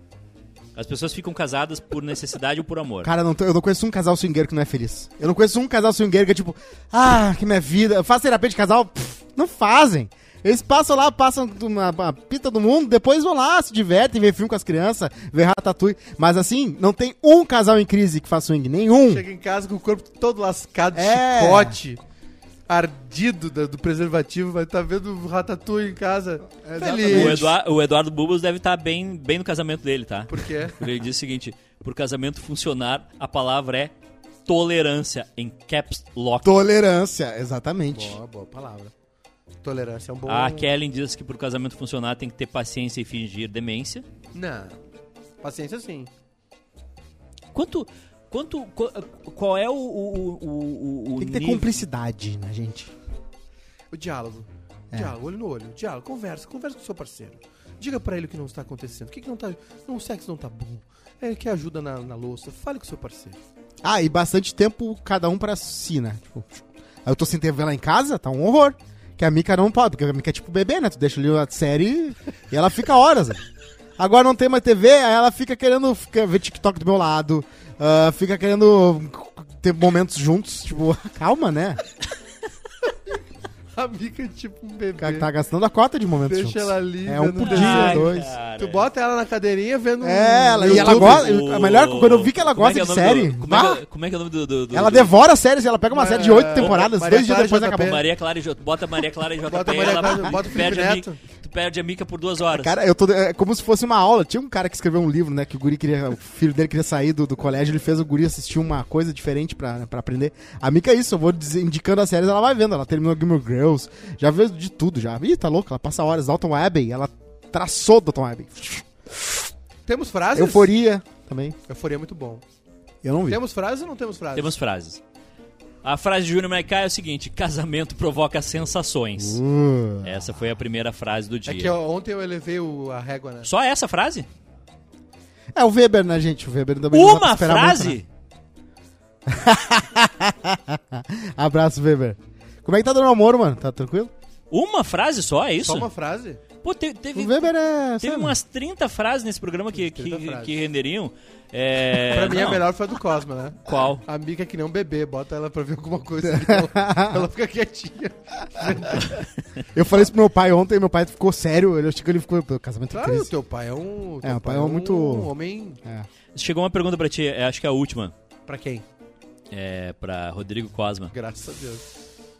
A: As pessoas ficam casadas por necessidade ou por amor.
B: Cara, não tô- eu não conheço um casal swingueiro que não é feliz. Eu não conheço um casal swingueiro que é tipo, ah, que minha vida. Eu faço terapia de casal? Pff, não fazem. Eles passam lá, passam uma, uma pita do mundo, depois vão lá, se divertem, vê filme com as crianças, vê ratatouille. Mas assim, não tem um casal em crise que faz swing, nenhum.
C: Chega em casa com o corpo todo lascado, de
B: É.
C: chicote, ardido da- do, preservativo, vai estar vendo o ratatouille em casa.
A: O,
C: Feliz.
A: Eduar- o Eduardo Bubos deve estar bem, bem no casamento dele, tá?
C: Por quê?
A: Ele diz o seguinte: por casamento funcionar, a palavra é tolerância em caps lock.
B: Tolerância, exatamente.
C: Boa, boa palavra. Tolerância é um bom.
A: A Kellen diz Ah, que pro casamento funcionar tem que ter paciência e fingir demência.
C: Não. Paciência sim.
A: Quanto. Quanto. qu- Qual é o. o, o, o- o
B: Tem que ter
A: nível-
B: cumplicidade na gente.
C: O diálogo. Diálogo, olho no olho. Diálogo, conversa, conversa com o seu parceiro. Diga pra ele o que não está acontecendo. O que, que não tá. Não, o sexo não tá bom. Ele quer ajuda na, na louça. Fale com o seu [laughs] parceiro.
B: Ah, e bastante tempo cada um pra si, né? Tipo, aí eu tô sem TV lá em casa, tá um horror. Que a Mika não pode, porque a Mika é tipo bebê, né? Tu deixa ali a série e ela fica horas. né? Agora não tem mais TV, aí ela fica querendo fica ver TikTok do meu lado, ah, fica querendo ter momentos juntos, tipo, [laughs] calma, né?
C: A Mica é tipo um bebê.
B: Tá, tá gastando a cota de momentos
C: Deixa
B: juntos.
C: ela né? ali,
B: É um
C: vendo
B: por
A: Ai,
B: dia, dois.
A: cara.
C: Tu bota ela na cadeirinha vendo
B: É, ela- e ela
C: YouTube.
B: gosta- a melhor- quando eu vi que ela
A: Como é
B: gosta
A: é o
B: de
A: nome
B: série,
A: do- como, é que,
B: bah!
A: é- como é que é o nome do. do- do-
B: Ela
A: do-
B: devora séries, ela pega uma série de oito
C: É,
B: temporadas,
C: Maria
B: dois dias
C: Clara tá
B: depois
C: JP.
B: acabou.
A: Maria Clara e J... Bota Maria Clara e JP.
C: Bota Maria
A: ela
C: Clara- bota o Felipe
A: perde a
C: Neto.
A: mica, Tu perde a mica por duas horas.
B: Cara, eu tô. É como se fosse uma aula. Tinha um cara que escreveu um livro, né? Que o guri queria. O filho dele queria sair do, do colégio, ele fez o guri assistir uma coisa diferente pra, pra aprender. A Mika é isso, eu vou dizer- indicando as séries, ela vai vendo. Ela terminou Gilmore Girls, já viu de tudo já. Ih, tá louco, ela passa horas. Dalton Abbey, ela traçou Dalton Abbey.
C: Temos frases?
B: Euforia também.
C: Euforia é muito bom.
B: Eu não vi.
C: Temos frases ou não temos frases?
A: Temos frases. A frase de Júnior Maikai é o seguinte: casamento provoca sensações.
B: Uh,
A: Essa foi a primeira frase do dia.
C: É que ó, ontem eu elevei o- a régua, né?
A: Só essa frase?
B: É o Weber, né, gente? O Weber também não dá pra
A: Uma
B: esperar
A: frase?
B: muito, né? Abraço, Weber. Como é que tá dando namoro, mano? Tá tranquilo?
A: Uma frase só, é isso?
C: Só uma frase?
A: Pô, te-
B: O
A: teve,
B: Weber é.
A: teve
B: sabe?
A: umas 30 frases nesse programa que, que,
C: 30 frases.
A: que renderiam. É,
C: pra mim a
A: não.
C: melhor foi a do Cosma, né?
A: Qual?
C: A Mica é que nem um bebê, bota ela pra ver alguma
B: [laughs]
C: coisa. ela- ela fica quietinha.
B: Eu falei isso pro meu pai ontem, meu pai ficou sério. Ele achou que ele ficou. pô, Casamento em
C: Claro, o
B: crise.
C: teu pai é um. teu
B: o pai é um muito-
C: Um homem.
A: Chegou uma pergunta pra ti, é, acho que é a última.
C: Pra quem?
A: É, pra Rodrigo Cosma.
C: Graças a Deus.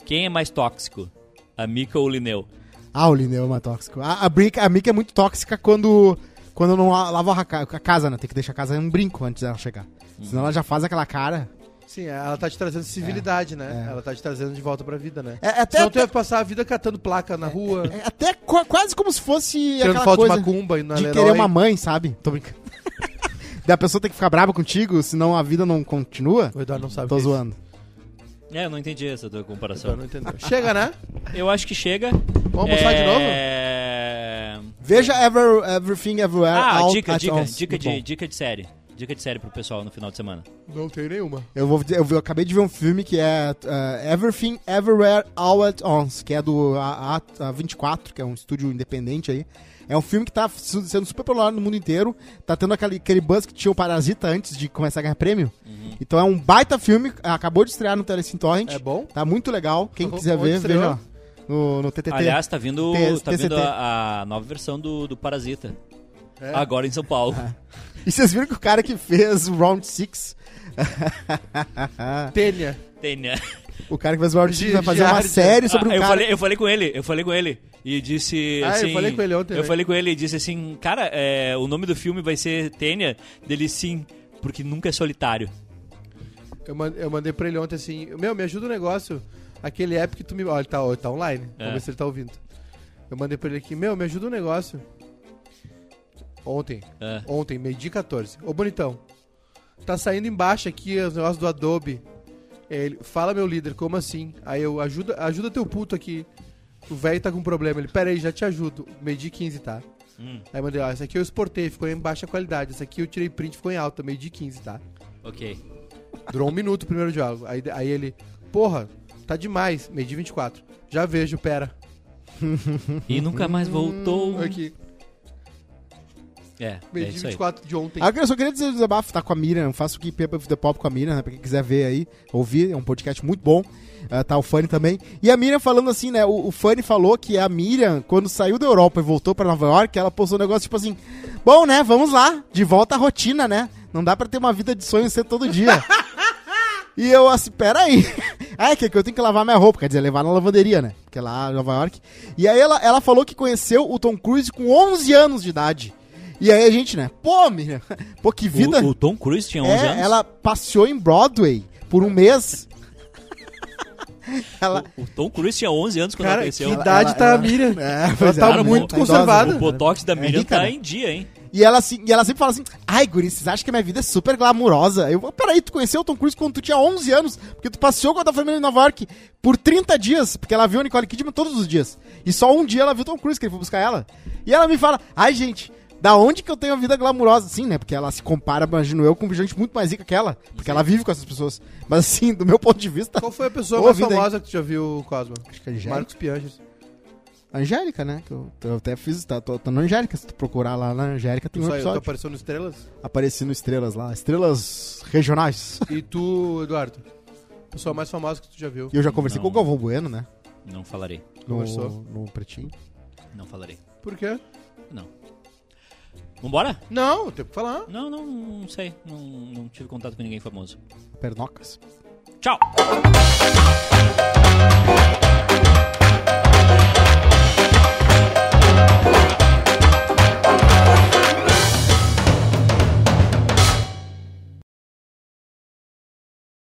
A: Quem é mais tóxico? A Mica ou o Lineu?
B: Ah, o Lineu é uma tóxico. A, a, Brick, a Mica é muito tóxica quando, quando não la- lava a, ca- a casa, né? Tem que deixar a casa em um brinco antes dela chegar. Senão ela já faz aquela cara.
C: Sim, ela tá te trazendo civilidade, né? Ela tá te trazendo de volta pra vida, né?
B: É, até,
C: Senão tu
B: até,
C: ia passar a vida catando placa na rua,
B: é até qua- quase como se fosse
C: tirando
B: aquela
C: foto de
B: coisa
C: macumba e na
B: de
C: Leroy.
B: querer uma mãe, sabe? Tô brincando. [laughs] da pessoa tem que ficar brava contigo, senão a vida não continua.
C: O Eduardo não sabe. o
B: Tô
C: que é isso.
B: zoando.
A: É, eu não entendi essa tua
C: O
B: [laughs]
C: Eduardo
A: comparação.
C: não entendeu. Chega, né?
A: Eu acho que chega.
C: Vamos almoçar de
A: É,
C: novo?
B: Veja Ever- Everything Everywhere.
A: Ah,
B: All
A: dica,
B: at
A: dica,
B: Once.
A: dica,
B: É, então, Muito
A: de,
B: bom.
A: dica de série. Dica de série pro pessoal no final de semana.
C: Não tem nenhuma.
B: Eu, vou, dizer- eu, vi- eu acabei de ver um filme que é eh, Everything Everywhere All at Once, que é do A- A- A24, que é um estúdio independente aí. É um filme que tá su- sendo super popular no mundo inteiro. Tá tendo aquele, aquele buzz que tinha o Parasita antes de começar a ganhar prêmio.
A: Uhum.
B: Então é um baita filme, acabou de estrear no Telecine Torrent.
C: É bom?
B: Tá muito legal. Quem
C: Onde
B: quiser ver,
C: estreou?
B: veja lá. No, no TTT.
A: Aliás, tá vindo,
B: T-
A: tá vindo
B: TCT.
A: a, a nova versão do, do Parasita. Agora em São
B: [laughs]
A: Paulo.
B: E vocês viram que o cara que fez o Round 6, É.
C: Tênia.
A: Tem, né?
B: o cara que fez o Round 6 vai fazer uma
C: Giardia.
B: série sobre
A: Ah,
B: um
A: eu,
B: cara...
A: falei, eu falei com ele, eu falei com ele. E disse
C: Ah, eu
A: assim...
C: falei com ele ontem,
A: Eu
C: né?
A: falei com ele e disse assim, cara, é, o nome do filme vai ser Tênia? Dele sim, porque nunca é solitário.
C: Eu, man- eu mandei pra ele ontem assim, meu, me ajuda o negócio. Aquele app que tu me. Olha, ele tá, ele tá online.
A: É.
C: Vamos ver se ele tá ouvindo. Eu mandei pra ele aqui, meu, me ajuda o negócio. Ontem.
A: É.
C: [laughs] Ontem, meio-dia e 14. Ô, bonitão. Tá saindo embaixo aqui os negócios do Adobe. É, Ele, fala, meu líder, como assim? Aí eu, ajuda, ajuda teu puto aqui. O velho tá com problema. Ele, pera aí, já te ajudo. Meio-dia e 15, tá?
A: Hum.
C: Aí eu mandei, ó, essa aqui eu exportei, ficou em baixa qualidade. Essa aqui eu tirei print, ficou em alta, meio-dia e 15, tá?
A: Ok.
C: Durou um minuto o primeiro diálogo. Aí, aí ele, porra, tá demais, meio dia 24. Já vejo, pera.
A: E nunca mais voltou.
C: Aqui,
A: É, Hum. é
C: meio dia
A: isso aí.
C: 24 Hum, de ontem.
B: Ah, eu só queria dizer o desabafo, tá com a Miriam, faço o Keep Up with the Pop com a Miriam, né, pra quem quiser ver aí, ouvir, é um podcast muito bom, Ah, tá o Fanny também. E a Miriam falando assim, né, o, o Fanny falou que a Miriam, quando saiu da Europa e voltou pra Nova York, ela postou um negócio tipo assim, bom, né, vamos lá, de volta à rotina, né, não dá pra ter uma vida de sonho ser todo dia. E eu assim, peraí. [laughs] Ah, é que, que eu tenho que lavar minha roupa, quer dizer, levar na lavanderia, né? Porque lá em Nova York. E aí ela, ela falou que conheceu o Tom Cruise com 11 anos de idade. E aí a gente, né? Pô, menina, [laughs] pô, que vida.
A: O, o Tom Cruise tinha 11
B: é,
A: anos?
B: ela passeou em Broadway por um mês. ela.
A: O Tom Cruise tinha 11 anos quando
C: Cara, que
A: apareceu.
C: idade
B: ela-
C: tá a
B: ela-
C: Miriam?
B: É,
C: Ela tá
A: Cara, o
C: muito
A: bo-
C: conservada.
A: O Botox da
C: É
A: Miriam
B: rica,
A: tá
B: né?
A: em dia, hein?
B: E ela, assim, e ela sempre fala assim: Ai, Guri, vocês acham que a minha vida é super glamurosa? Eu, peraí, tu conheceu o Tom Cruise quando tu tinha 11 anos, porque tu passeou com a tua família em Nova York por 30 dias, porque ela viu a Nicole Kidman todos os dias. E só um dia ela viu o Tom Cruise, que ele foi buscar ela. E ela me fala: Ai, gente. Da onde que eu tenho a vida glamurosa? Sim, né? Porque ela se compara, imagino eu, com gente muito mais rica que ela. Porque ela vive com essas pessoas. Mas assim, do meu ponto de vista,
C: Qual foi a pessoa
B: Ô,
C: mais
B: vida, hein?
C: famosa que tu já viu, Cosma?
B: Acho que é Angélica.
C: Marcos Pianges.
B: Angélica, né? Que eu, eu até fiz, tá, tô, tô na Angélica. Se tu procurar lá na Angélica, tem
C: Tu,
B: um
C: saiu, tu
B: episódio.
C: apareceu no Estrelas?
B: Aparecendo estrelas lá, estrelas regionais.
C: E tu, Eduardo? a Pessoa mais famosa que tu já viu.
B: E eu já conversei
A: Não.
B: com o Galvão Bueno, né?
A: Não falarei,
B: No,
C: Conversou.
B: no Pretinho.
A: não falarei.
C: Por quê?
A: Vambora?
C: Não, tem que falar.
A: Não, não, não sei. Não, não tive contato com ninguém famoso.
B: Pernocas.
A: Tchau!